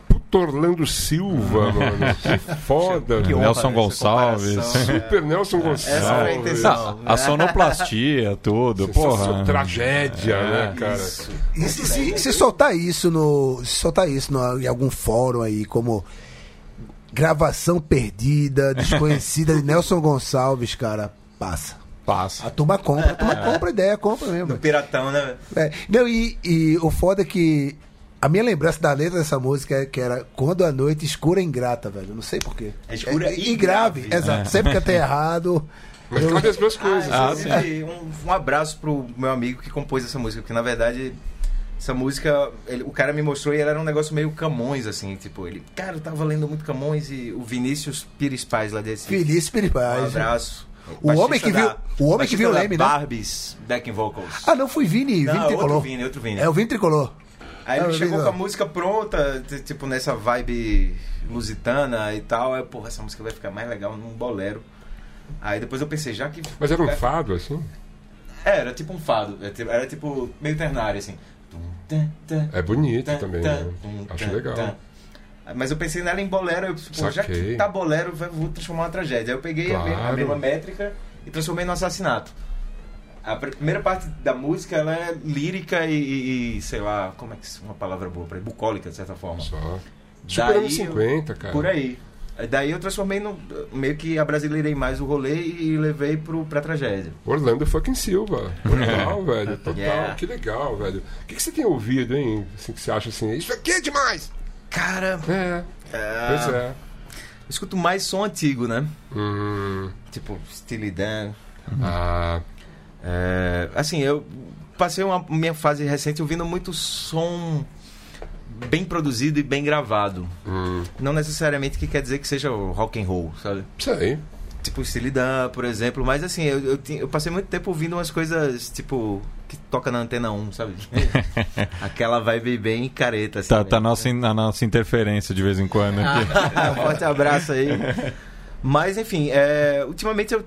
Puto Orlando (laughs) Silva, mano. Que foda, Que velho. honra Nelson essa Gonçalves. comparação. É, Super Nelson Gonçalves. Essa foi a intenção. né? A sonoplastia, tudo, porra. é É, Tragédia, É. né, cara? E se, se- se soltar isso no. Se soltar isso no- em algum fórum aí, como (laughs) gravação perdida, desconhecida de Nelson Gonçalves, cara, passa. Passa. É. A turma compra, a turma compra ideia, compra mesmo. (laughs) Do piratão, né? É, não, e, e o foda é que a minha lembrança da letra dessa música é que era Quando a Noite Escura e Ingrata, velho. Não sei porquê. É escura e grave. É. Exato. Sempre que eu (laughs) tenho errado. É. Mas é cabe as duas coisas. Ah, né? inclusive, um, um abraço pro meu amigo que compôs essa música, porque na verdade. Essa música, ele- o cara me mostrou e ela era um negócio meio Camões, assim, tipo, ele, cara, eu tava lendo muito Camões e o Vinícius Pires Paz lá desse. Feliz Um Piripaz. abraço. né? O homem que viu- o homem que viu o Leme, né? Barbies, backing vocals. Ah, não, foi Vini, Não, Vini outro Tricolor. Vini, outro Vini. É o Vini Tricolor. Aí ele Ah, chegou legal. com a música pronta, t- tipo nessa vibe lusitana e tal. Aí, porra, essa música vai ficar mais legal num bolero. Aí depois eu pensei, já que. Mas era um fado, assim? É, era tipo um fado. Era tipo, era tipo meio ternário, assim. Tum, tum, tum, É bonito tum, também, tum, né? tum, Acho tum, legal. tum. Mas eu pensei nela em bolero. Eu, pô, já que Saquei. tá bolero, vai- vou transformar uma tragédia. Aí eu peguei a me- a, Claro. mesma métrica e transformei num assassinato. A pr- primeira parte da música ela é lírica e, e- e, sei lá, como é que é uma palavra boa pra bucólica, de certa forma. Só. Daí Superando eu- 50, cara. Por aí. Daí eu transformei no. Meio que abrasileirei mais o rolê e levei pro, pra tragédia. Orlando fucking Silva. Total, velho. Total. (laughs) Yeah. Que legal, velho. O que, que você tem ouvido, hein? Assim, que você acha assim? Isso aqui é demais! Cara, É, pois é, eu é. escuto mais som antigo, né? Hum, Tipo, Steely Dan. ah, É, assim, eu passei uma minha fase recente ouvindo muito som bem produzido e bem gravado. hum, Não necessariamente que quer dizer que seja o rock and roll, sabe? sei. Tipo Steely Dan, por exemplo. Mas assim, eu, eu, ti- eu passei muito tempo ouvindo umas coisas, tipo, que toca na antena 1, (laughs) sabe? Aquela vibe bem careta, assim. Tá, né? tá a nossa, in- a nossa interferência de vez em quando (laughs) aqui. Um forte abraço aí. Mas enfim, é, ultimamente eu,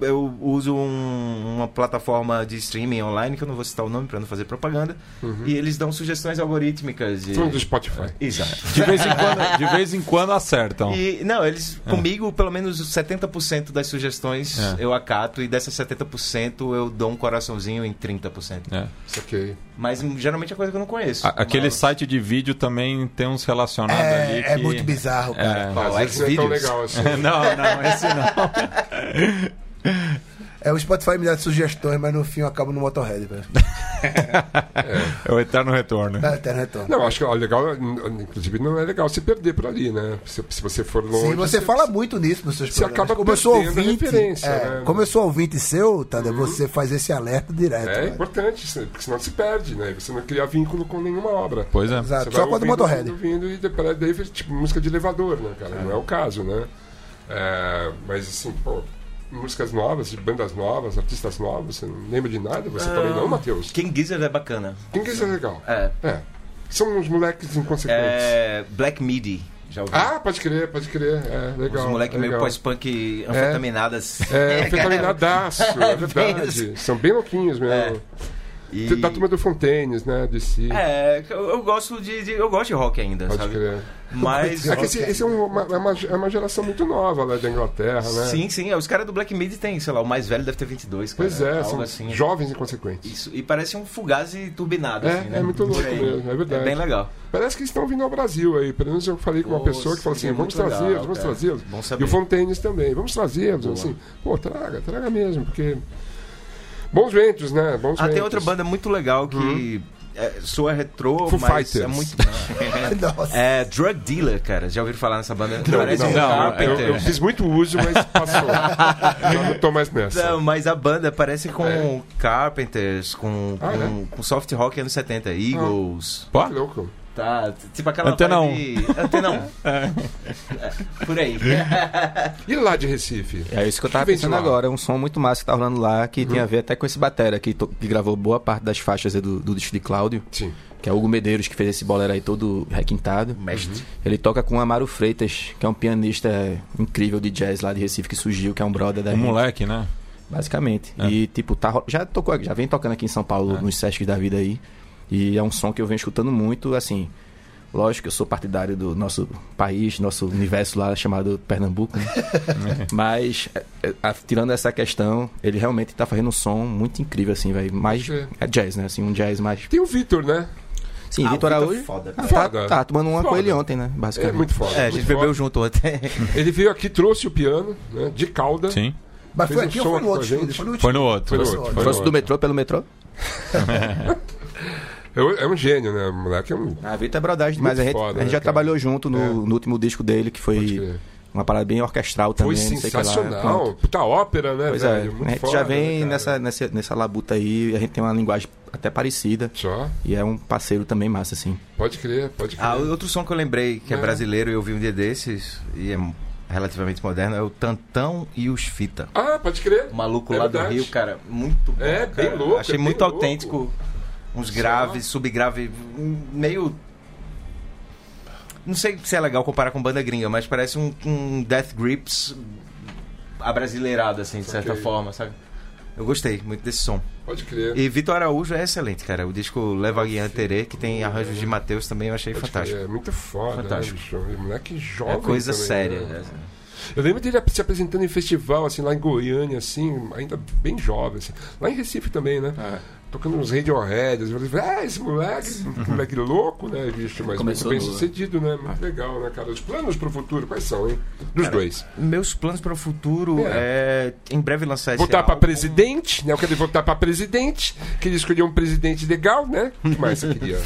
eu uso um- uma plataforma de streaming online, que eu não vou citar o nome pra não fazer propaganda. Uhum. E eles dão sugestões algorítmicas de. Tudo do Spotify. Exato. Um De vez em quando, (laughs) de vez em quando acertam. E, não, eles, comigo, pelo menos 70% das sugestões É. eu acato, e dessas 70% eu dou um coraçãozinho em 30%. É. Saquei. Mas hum, geralmente é coisa que eu não conheço. A- Aquele Mas- site de vídeo também tem uns relacionados É, ali. é que- muito bizarro, cara. É. Qual? Às vezes não é tão Xvideos? legal (laughs) assim. (laughs) Não, não, esse não. É. o Spotify me dá sugestões, mas no fim eu acabo no (laughs) Motorhead, velho. É o eterno retorno. Dá (laughs) até né, retorno. Não, acho que ó, legal, in- inclusive não é legal se perder por ali, né? Se, se você for longe. Sim, você fala muito nisso nos seus Você programas. acaba como eu sou perdendo a ouvinte, referência, é, né? como eu sou ouvinte seu, Tander, você faz esse alerta direto. né? É velho. importante, se- porque senão se perde, né? Você não cria vínculo com nenhuma obra. Pois é. Exato. Você Só vai quando o ouvindo, Motorhead. ouvindo, ouvindo, e depois- daí vira, tipo música de elevador, né, cara? Não é o caso, né? É, mas assim, pô, músicas novas, de bandas novas, artistas novos, você não lembra de nada? Você Ah. também não, Matheus? King Gizzard é bacana. Quem que é legal? É, É. São uns moleques inconsequentes. é, Black Midi. Já ouvi. Ah, pode crer, pode crer. É, legal. Os moleques meio legal. pós-punk anfetaminadas. (laughs) É, fetaminadaço, é verdade. Bem- É. São bem louquinhos mesmo. E- Da turma do Fontaines, né? De si. (laughs) É, eu, eu gosto de, de- Eu gosto de rock ainda, Pode sabe? crer. (laughs) Mas. É que esse, esse é, um- uma, é uma, é uma geração muito nova lá da Inglaterra, né? (laughs) Sim, sim. é, Os caras do Black Midi tem, sei lá, o mais velho deve ter 22, cara. Pois é, algo são assim. jovens inconsequentes. Isso. E parece um fugazi turbinado, É, assim, né? é muito louco Por aí. mesmo, é verdade. bem legal. Parece que estão vindo ao Brasil aí. Pelo menos eu falei com uma Pô, pessoa que falou assim: seria vamos muito legal, trazê-los, vamos cara. trazê-los. Bom saber. E o Fontaines também, vamos trazê-los. Boa. Assim, pô, traga, traga mesmo, porque. Bons ventos, né? Bons Ah, ventos. tem outra banda muito legal que é, soa retrô, Uhum. Foo mas é Fighters. (laughs) muito. Nossa. é Drug Dealer, cara. Já ouviram falar nessa banda? Não, parece não, um não, eu, Carpenter. eu fiz muito uso, (laughs) mas passou. Já não tô mais nessa. É. Não, mas a banda parece com Carpenters, com, Ah, com, com soft rock anos 70, Eagles. Pô, Que louco. um. Tá, t- tipo aquela. Antena vibe- (laughs) Antena 1. É. É, Por aí. E lá de Recife? É isso que eu tava Vem de pensando lá. Uhum. agora. Um som muito massa que tá rolando lá, que tem a ver até com esse batera que, to- que gravou boa parte das faixas aí do, do disco de Cláudio, Sim. que é o Hugo Medeiros, que fez esse bolero aí todo requintado. Uhum. Mestre. Ele toca com o Amaro Freitas, que é um pianista incrível de jazz lá de Recife que surgiu, que é um brother da o gente, moleque, né? basicamente. É. E tipo, tá, ro- já tocou, já vem tocando aqui em São Paulo, É. nos Sesc da vida aí. E é um som que eu venho escutando muito, assim. Lógico, que eu sou partidário do nosso país, nosso universo lá chamado (laughs) Pernambuco, né? Mas, é, é, a- tirando essa questão, ele realmente tá fazendo um som muito incrível, assim, velho. Mais. Pode crer. É jazz, né? Assim, um jaz mais. Tem o Vitor, né? É Sim, Ah, Vitor o Vitor Araújo. foda. Ah, Foda. Tá, tá tomando uma com Foda. ele ontem, né? É Basicamente. muito foda. É, a muito (laughs) gente bebeu foda. junto ontem. Ele veio aqui, trouxe o piano, né? De cauda. Sim. Mas Fez foi um aqui ou som foi no com a outro gente. estúdio? no Foi no outro. Foi no Foi no outro. foi outro. no Trouxe do outro. metrô (laughs) pelo metrô? É um- É um gênio, né? O moleque é um. A Vitor é brodagem demais. A Muito gente, foda, a né, gente já cara? trabalhou junto no, É. no último disco dele, que Pode foi crer. uma parada bem orquestral tá também. Foi não sei o que lá. sensacional. Pronto. Puta ópera, né, Pois é, velho? Muito a gente foda, já né, vem cara? nessa, nessa, nessa labuta aí, a gente tem uma linguagem até parecida. Só. E é um parceiro também massa, assim. Pode crer, pode crer. Ah, outro som que eu lembrei, que é, É. brasileiro e eu vi um dia desses, e é relativamente moderno, é o Tantão e os Fita. Ah, pode crer. O maluco É lá verdade. do Rio, cara, muito bom. É, cara. bem louco, Achei é bem muito louco. autêntico. Uns graves, subgrave, um- meio. Não sei se é legal comparar com banda gringa, mas parece um, um Death Grips abrasileirado, assim, de certa Ok. forma, sabe? Eu gostei muito desse som. Pode crer. E Vitor Araújo é excelente, cara. O disco Leva Guian Terê, que tem arranjos de Matheus, também eu achei Pode fantástico. crer. É muito foda, Fantástico. né, bicho? O Moleque jovem. É coisa também, séria. né? né? Eu lembro dele se apresentando em festival, assim, lá em Goiânia, assim, ainda bem jovem, assim. Lá em Recife também, né? É. Tocando uns Radiohead. Eu falei, ah, esse moleque, esse moleque louco, né, bicho? Mas Começou muito bem no- sucedido, né? Muito Ah. legal, né, cara? Os planos pro futuro, quais são, hein? Dos dois. Meus planos para o futuro é. em breve lançar esse Votar pra álbum. presidente, né? Eu queria votar pra presidente. Queria escolher um presidente legal, né? O que mais você (laughs) queria?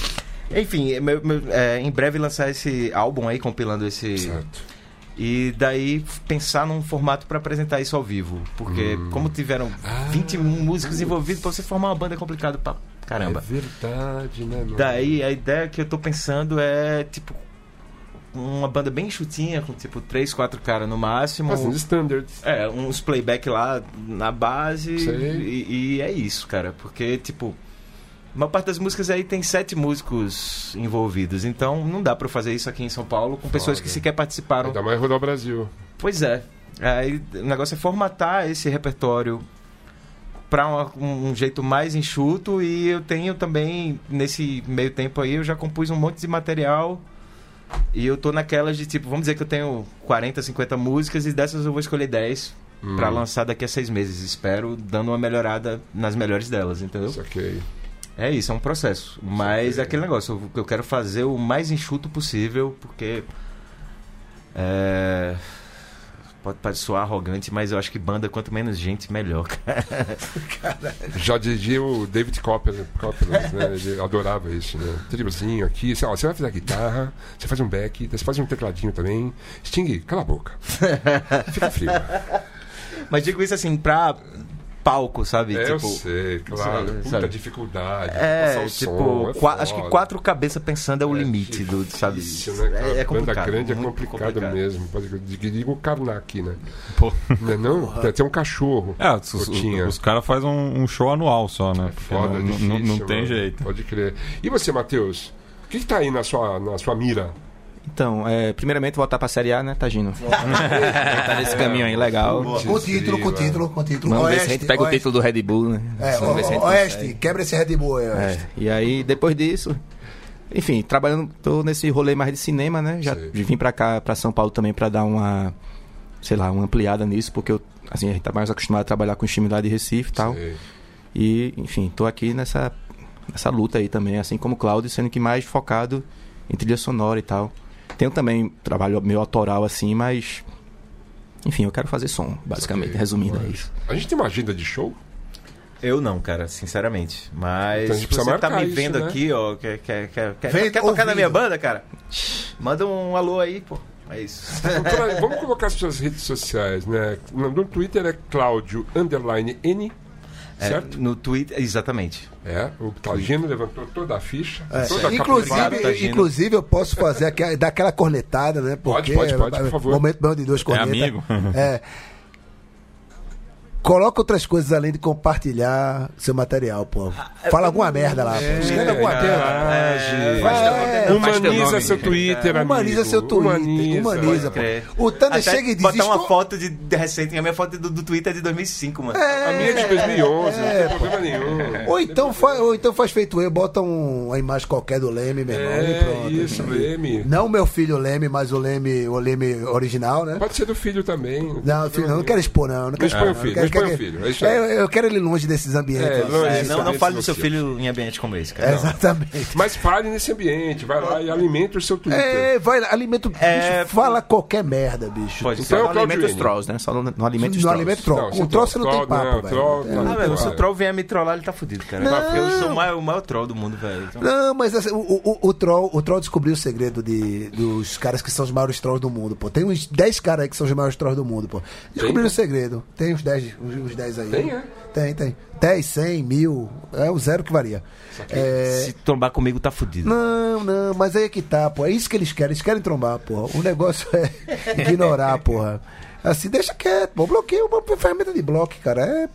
Enfim, é meu- meu- é, em breve lançar esse álbum aí, compilando esse. Certo. E daí f- pensar num formato pra apresentar isso ao vivo. Porque, Hum. como tiveram Ah, 20 músicos envolvidos, pra você formar uma banda é complicado pra caramba. É verdade, né? mano? Daí a ideia que eu tô pensando é, tipo, uma banda bem chutinha, com tipo 3, 4 caras no máximo. Assim, (laughs) (laughs) standards. É, uns playback lá na base Sei. e, e é isso, cara. Porque, tipo, a maior parte das músicas aí tem sete músicos envolvidos. Então não dá pra eu fazer isso aqui em São Paulo com pessoas que sequer participaram. Ainda mais rodar o Brasil. Pois é. Aí o negócio é formatar esse repertório pra uma- um, um jeito mais enxuto e eu tenho também, nesse meio tempo aí, eu já compus um monte de material e eu tô naquelas de tipo, vamos dizer que eu tenho 40, 50 músicas e dessas eu vou escolher 10 pra Hum. lançar daqui a seis meses, espero, dando uma melhorada nas melhores delas, entendeu? Saquei. É isso, é um processo. Mas é aquele negócio, eu- eu quero fazer o mais enxuto possível, porque. É. Pode parecer soar arrogante, mas eu acho que banda, quanto menos gente, melhor. (laughs) Já dirigia o David Copper- Copperland, (laughs) né? Ele adorava isso, né? Tribuzinho aqui, sei lá, você vai fazer a guitarra, você faz um back, você faz um tecladinho também. Sting, cala a boca. Fica frio. (laughs) Mas digo isso assim, pra palco, sabe? É, eu tipo. sei, claro. sabe? Puta dificuldade. passar É, o tipo, som, é qua- foda. acho que quatro cabeças pensando é o É limite do, sabe? difícil, né, cara? é, é complicado. Banda grande é muito complicado, mesmo. Pode, digo o Karnak, né? Pô. Não, é não? Tem até um cachorro. É, os, os- Curtinha. É os caras fazem um, um show anual só, né? Porque Foda, não, difícil, não- não tem mano. jeito. Pode crer. E você, Matheus? O que, que tá aí na sua, na sua mira? Então, é, primeiramente voltar pra Série (laughs) A, né, (laughs) Tagino? tá nesse caminho aí, legal. Com título, com título, com título. Vamos ver se a gente pega o título do Red Bull, né? É, Vamos ver se a o- gente Oeste, quebra esse Red Bull aí, É, Oeste. e aí, depois disso, enfim, trabalhando, tô nesse rolê mais de cinema, né? Já Sei. vim pra cá, pra São Paulo também pra dar uma, sei lá, uma ampliada nisso, porque eu, assim, a gente tá mais acostumado a trabalhar com os times lá de Recife e tal. Sei. E, enfim, tô aqui nessa, nessa luta aí também, assim como o Claudio, sendo que mais focado em trilha sonora e tal. Tenho também trabalho meio autoral assim, mas. Enfim, eu quero fazer som, basicamente, Ok, resumindo é mas- isso. A gente tem uma agenda de show? Eu não, cara, sinceramente. Mas Então a gente se precisa você tá marcar me isso, vendo né? aqui, ó, quer, quer, quer, quer, Vem quer tocar na ouvindo. minha banda, cara? Manda um alô aí, pô. É isso. Doutora, Vamos colocar as suas redes sociais, né? No, no Twitter é Cláudio underline N, É, certo? no Twitter, exatamente. É, o Tagino levantou toda a ficha, É. toda a Inclusive, capilaridade. tá agindo. inclusive, eu posso fazer aquela, (laughs) dar aquela cornetada, né? Pode, pode, Porque pode, por favor. Momento bom de duas cornetas. amigo. É. Coloca outras coisas além de compartilhar seu material, pô. Fala alguma merda lá, pô. Ah, é, Escreve alguma merda. interage. É, Humaniza seu Twitter, amigo. humaniza seu Twitter, humaniza, Humaniza. pô. O Thunder Até chega e diz... Botar uma "Estou-" foto de, de recente, a minha foto do, do Twitter é de 2005, mano. A minha é de 2011, é, não tem problema nenhum. Ou então, faz, ou então faz feito eu, bota um, uma imagem qualquer do Leme, meu irmão, e É, pronto. isso, Leme. Não meu filho Leme, mas o Leme, o Leme original, né? Pode ser do filho também. Não, filho, não, não quero expor, não. Não Não quero expõe o não, filho, quero não acompanha quer o que- filho, é isso aí. É, eu, eu quero ele longe desses ambientes. É, assim. longe É, desses não, não ambientes fale do seu nocivos. filho em ambiente como esse, cara. É, Exatamente. Mas fale nesse ambiente, vai lá e alimenta o seu Twitter. É, vai, alimento. É, bicho, fala qualquer merda, bicho. Pode Então ser. é o Não alimenta Claudio os trolls, né? Só não, não alimenta os não trolls. alimento troll. Não, Com se troll você não troll, tem papo, não, troll, velho. É. não. Ah, velho, se Claro. o troll vier me trollar, ele tá fudido, cara. Eu sou o maior, o maior troll do mundo, velho. Então, Não, mas assim, o, o, o, troll, o Troll descobriu o segredo de, dos caras que são os maiores trolls do mundo, pô. Tem uns 10 caras aí que são os maiores trolls do mundo, pô. Descobriram o segredo. Tem uns 10, uns, uns 10 aí. Tem, é? Tem, tem. 10, 100, mil. É o zero que varia. É, Se trombar comigo, tá fudido. Não, não, mas aí é que tá, pô. É isso que eles querem. Eles querem trombar, porra. O negócio é ignorar, porra. Assim, deixa quieto, pô. Bloqueio é uma ferramenta de bloco, cara. É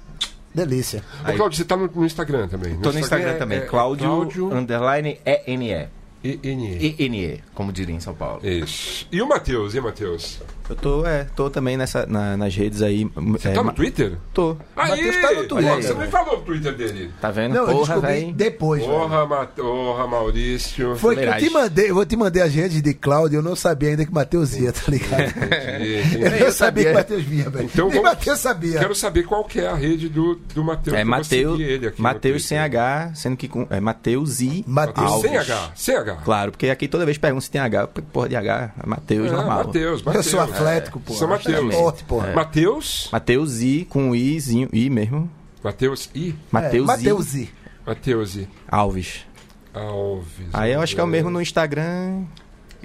delícia. Ô, Cláudio, você tá no, no Instagram também. Tô no É, Instagram também. Cláudio, underline, ENE. e N. ENE, como diria em São Paulo. Isso. E o Matheus, e o Matheus? Eu tô, é, tô também nessa, na- nas redes aí. Você Tá no Twitter? Tô. Aí! Matheus tá no Twitter. Você não me falou o Twitter dele. Tá vendo? Não, eu Porra, descobri velho. depois, velho. Porra, Ma- porra, Maurício. Foi que eu te Fuleiragem. mandei, eu te mandei a gente de Cláudio, eu não sabia ainda que Matheus ia, tá É. ligado? (laughs) Entendi. Eu não Entendi. sabia, que Matheus vinha, velho. Então Nem vamos- Matheus sabia. Quero saber qual que é a rede do, do Matheus. É Eu vou Mateus, seguir ele aqui no Mateus sem Twitter. H, sendo que com, é Mateus e Mateus Alves. Sem H, sem H. Claro, porque aqui toda vez pergunta se tem H, porra de H, é Mateus É, normal. Mateus, Eu Mateus. sou atlético, pô. Sou Matheus. Forte, pô. É. Mateus, Mateus I com um Izinho, I mesmo. Mateus I, Mateus, I É, Matheus I. Mateus I Alves. Alves. Aí eu acho que é o mesmo no Instagram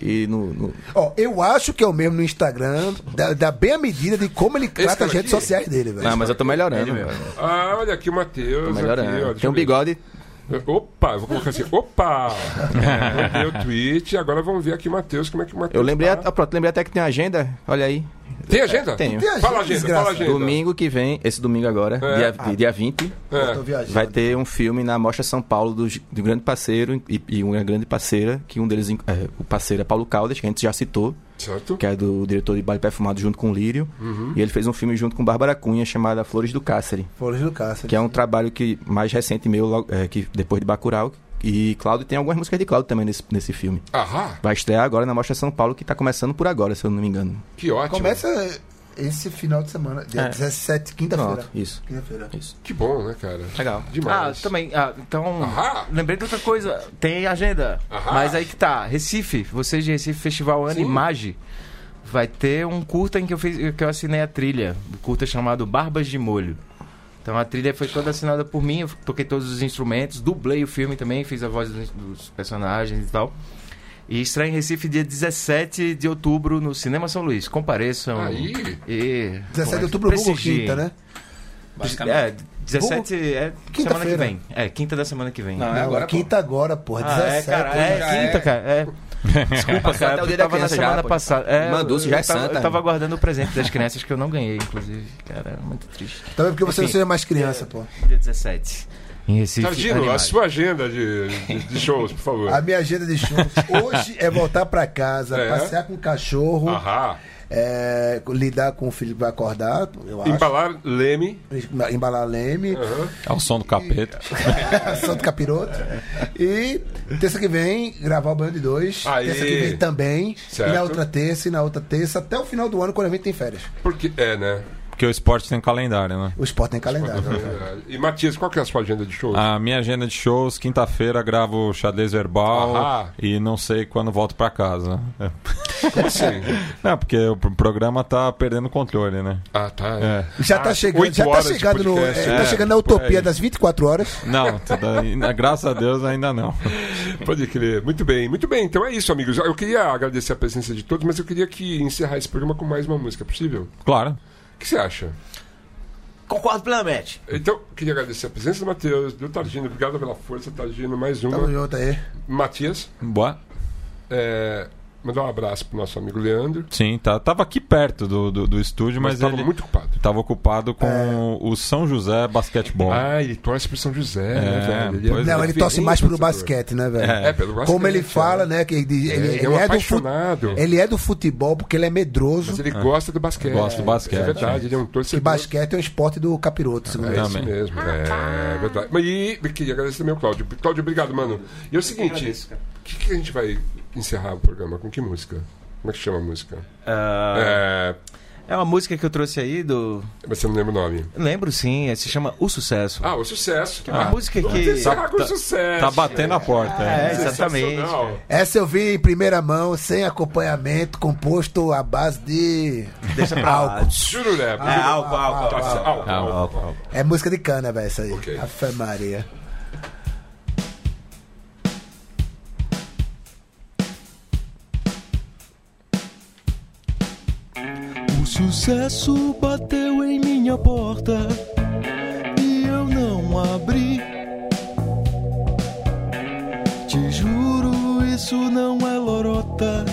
e no. no- (laughs) Ó, eu acho que é o mesmo no Instagram, dá, dá bem a medida de como ele trata cara as redes aqui? sociais dele, velho. Não, mas eu tô melhorando. velho. Ah, olha aqui o Tô Mateus. aqui, ó, melhorando. deixa Tem um eu ver. É, bigode. Opa, eu vou colocar assim, (laughs) opa! Mandei o tweet, agora vamos ver aqui o Matheus, como é que o Matheus Eu lembrei, tá. a- pronto, lembrei até que tem uma agenda. Olha aí. Tem agenda? Tenho. Tem Fala agenda, agenda, desgraça. fala agenda. Domingo que vem, esse domingo agora, É. dia, dia 20, Eu tô É. viajando. vai ter um filme na Mostra São Paulo do, G- do grande parceiro e, e uma grande parceira, que um deles, é, o parceiro é Paulo Caldas, que a gente já citou, Certo? que é do diretor de Baile Perfumado junto com o Lírio. Uhum. E ele fez um filme junto com Bárbara Cunha chamado Flores do Cáceres, Flores do Cássio. que é um trabalho que mais recente meu, logo- é, que depois de Bacurau. E Cláudio tem algumas músicas de Cláudio também nesse, nesse filme. Ahá, Vai estrear agora na Mostra São Paulo, que tá começando por agora, se eu não me engano. que ótimo. Começa esse final de semana, dia É. 17, quinta-feira. Pronto, isso. Quinta-feira. Isso. Que bom, né, cara? Legal. Ah, Demais. também. Ah, então. Ahá. Lembrei de outra coisa. Tem agenda. Ahá. Mas aí que tá. Recife, vocês de Recife, Festival Animage. Vai ter um curta em que eu fiz, que eu assinei a trilha. Um curta chamado Barbas de Molho. Então a trilha foi toda assinada por mim, eu toquei todos os instrumentos, dublei o filme também, fiz a voz dos, dos personagens e tal. E estreia em Recife dia 17 de outubro no Cinema São Luís. Compareçam. Aí. E 17 de outubro, Google Prestigiem. Quinta, né? É, 17 é semana que Quinta-feira. vem. É, quinta da semana que vem. Não, é quinta agora, porra. Ah, 17. é, cara, é, né? quinta, cara. É. Desculpa, cara, até o porque dia eu tava da na criança já, semana pô. passada. É, Mandou, se eu já é tava- santa, Eu tava né? aguardando o presente das crianças que eu não ganhei, inclusive. Cara, é muito triste. Talvez porque você não Enfim. seja mais criança, pô. Dia 17. Em Recife. Sardino, Tá, a animais. sua agenda de, de- de shows, por favor. A minha agenda de shows hoje é voltar pra casa, É. passear com o cachorro, Ahá. é, lidar com o filho que vai acordar, eu acho. Embalar Leme. Embalar leme, Aham. É o som do capeta. (laughs) Santo Capiroto. E terça que vem, gravar o Band 2. Aí. Terça que vem também. Certo. E na outra terça, e na outra terça, até o final do ano, quando a gente tem férias. (laughs) Porque, é, né? Porque o esporte tem calendário, né? O esporte tem calendário. E Matias, qual que é a sua agenda de shows? A minha agenda de shows, quinta-feira gravo xadrez verbal Ahá. e não sei quando volto pra casa. É. Como assim? (laughs) Não, porque o pro- programa tá perdendo controle, né? Ah, tá. É. Já tá Ah, chegando, oito já tá horas de chegando, no, podcast, né? é, tá é. chegando na Por aí. utopia das 24 horas. Não, tudo- ainda- graças a Deus ainda não. Pode crer. Muito bem, muito bem. Então é isso, amigos. Eu queria agradecer a presença de todos, mas eu queria que encerrar esse programa com mais uma música, é possível? Claro. O que você acha? Concordo plenamente. Então, queria agradecer a presença do Matheus, do Tardino. Obrigado pela força, Tardino. Mais Tamo uma. junto aí. Matias, Boa. é, mandar um abraço pro nosso amigo Leandro. Sim, tá. Tava aqui perto do, do, do estúdio, Mas, mas, estava ele muito ocupado. É. tava ocupado com o São José Basquetebol. Ah, ele torce pro São José, né, É, velho? é pois Não, ele torce referência mais pro do setor. basquete, né, velho? É. É, pelo basquete. Como ele fala, é. né? Que ele, Ele, ele, é ele um é do fu- apaixonado. ele é do futebol porque ele é medroso. Mas ele gosta do basquete. Gosta do basquete, É verdade, ele é um E torcedor. basquete é um esporte do capiroto, segundo É ele. isso Também. mesmo. Ah, tá. É verdade. Mas e queria agradecer também ao Cláudio. Cláudio, obrigado, mano. E é o seguinte: o que, que a gente vai encerrar o programa? Com que música? Como é que chama a música? É, É uma música que eu trouxe aí do. Mas você não lembra o nome. Lembro sim, é, se chama O Sucesso. Ah, o sucesso. Que uma ah, música que. encerra com tá- sucesso. Tá batendo a porta. É, É. exatamente. Sensacional. Essa eu vi em primeira mão, sem acompanhamento, composto à base de Deixa pra lá. Jurulé. É álcool, álcool. Tá, álcool. álcool, Ah, álcool. ó, ó. É música de cana, velho, essa aí. Ok. Afe Maria. O sucesso bateu em minha porta e eu não abri. Te juro, isso não é lorota,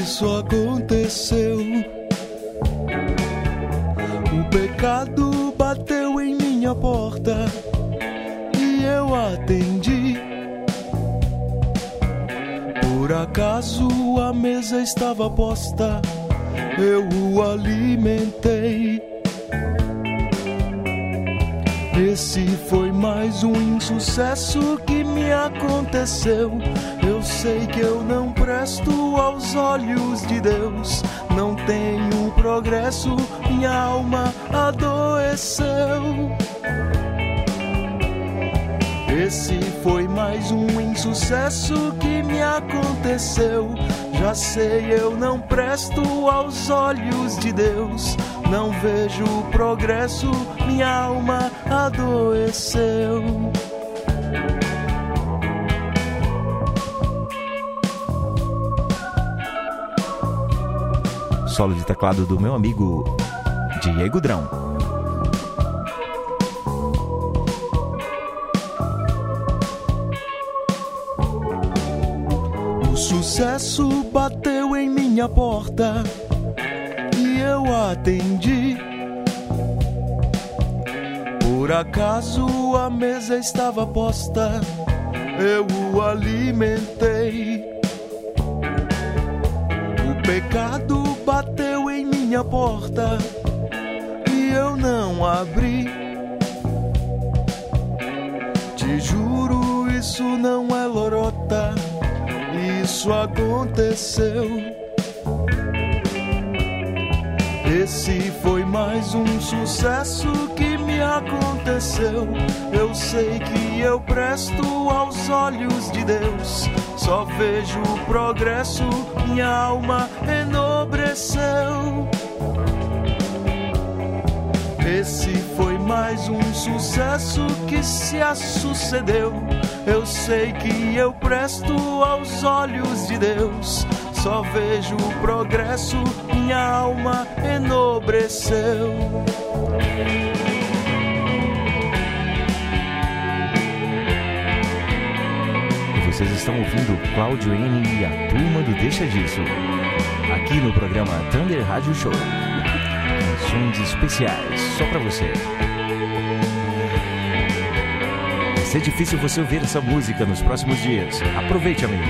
isso aconteceu. O pecado bateu em minha porta e eu atendi. Por acaso a mesa estava posta eu o alimentei. Esse foi mais um insucesso que me aconteceu. Eu sei que eu não presto aos olhos de Deus. Não tenho progresso, minha alma adoeceu. Esse foi mais um insucesso que me aconteceu. Já sei, eu não presto aos olhos de Deus. Não vejo progresso, minha alma adoeceu. Solo de teclado do meu amigo Diego Drão. O sucesso bateu em minha porta e eu atendi. Por acaso a mesa estava posta, eu o alimentei. O pecado bateu em minha porta e eu não abri. Te juro, isso não é lorota. Isso aconteceu. Esse foi mais um sucesso que me aconteceu. Eu sei que eu presto aos olhos de Deus. Só vejo o progresso, minha alma enobreceu. Esse foi mais um sucesso que se a sucedeu. Eu sei que eu presto aos olhos de Deus. Só vejo o progresso, minha alma enobreceu. E vocês estão ouvindo Cláudio N e a turma do Deixa Disso. Aqui no programa Thunder Rádio Show. Canções especiais só pra você. Vai ser difícil você ouvir essa música nos próximos dias. Aproveite, amigo.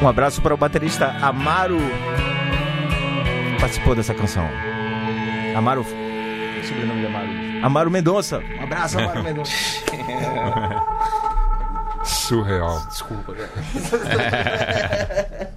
Um abraço para o baterista Amaro, que participou dessa canção. Amaro. Sobrenome de Amaro. Amaro Mendonça. Um abraço, Amaro (laughs) (laughs) Mendonça. Surreal. Desculpa, cara.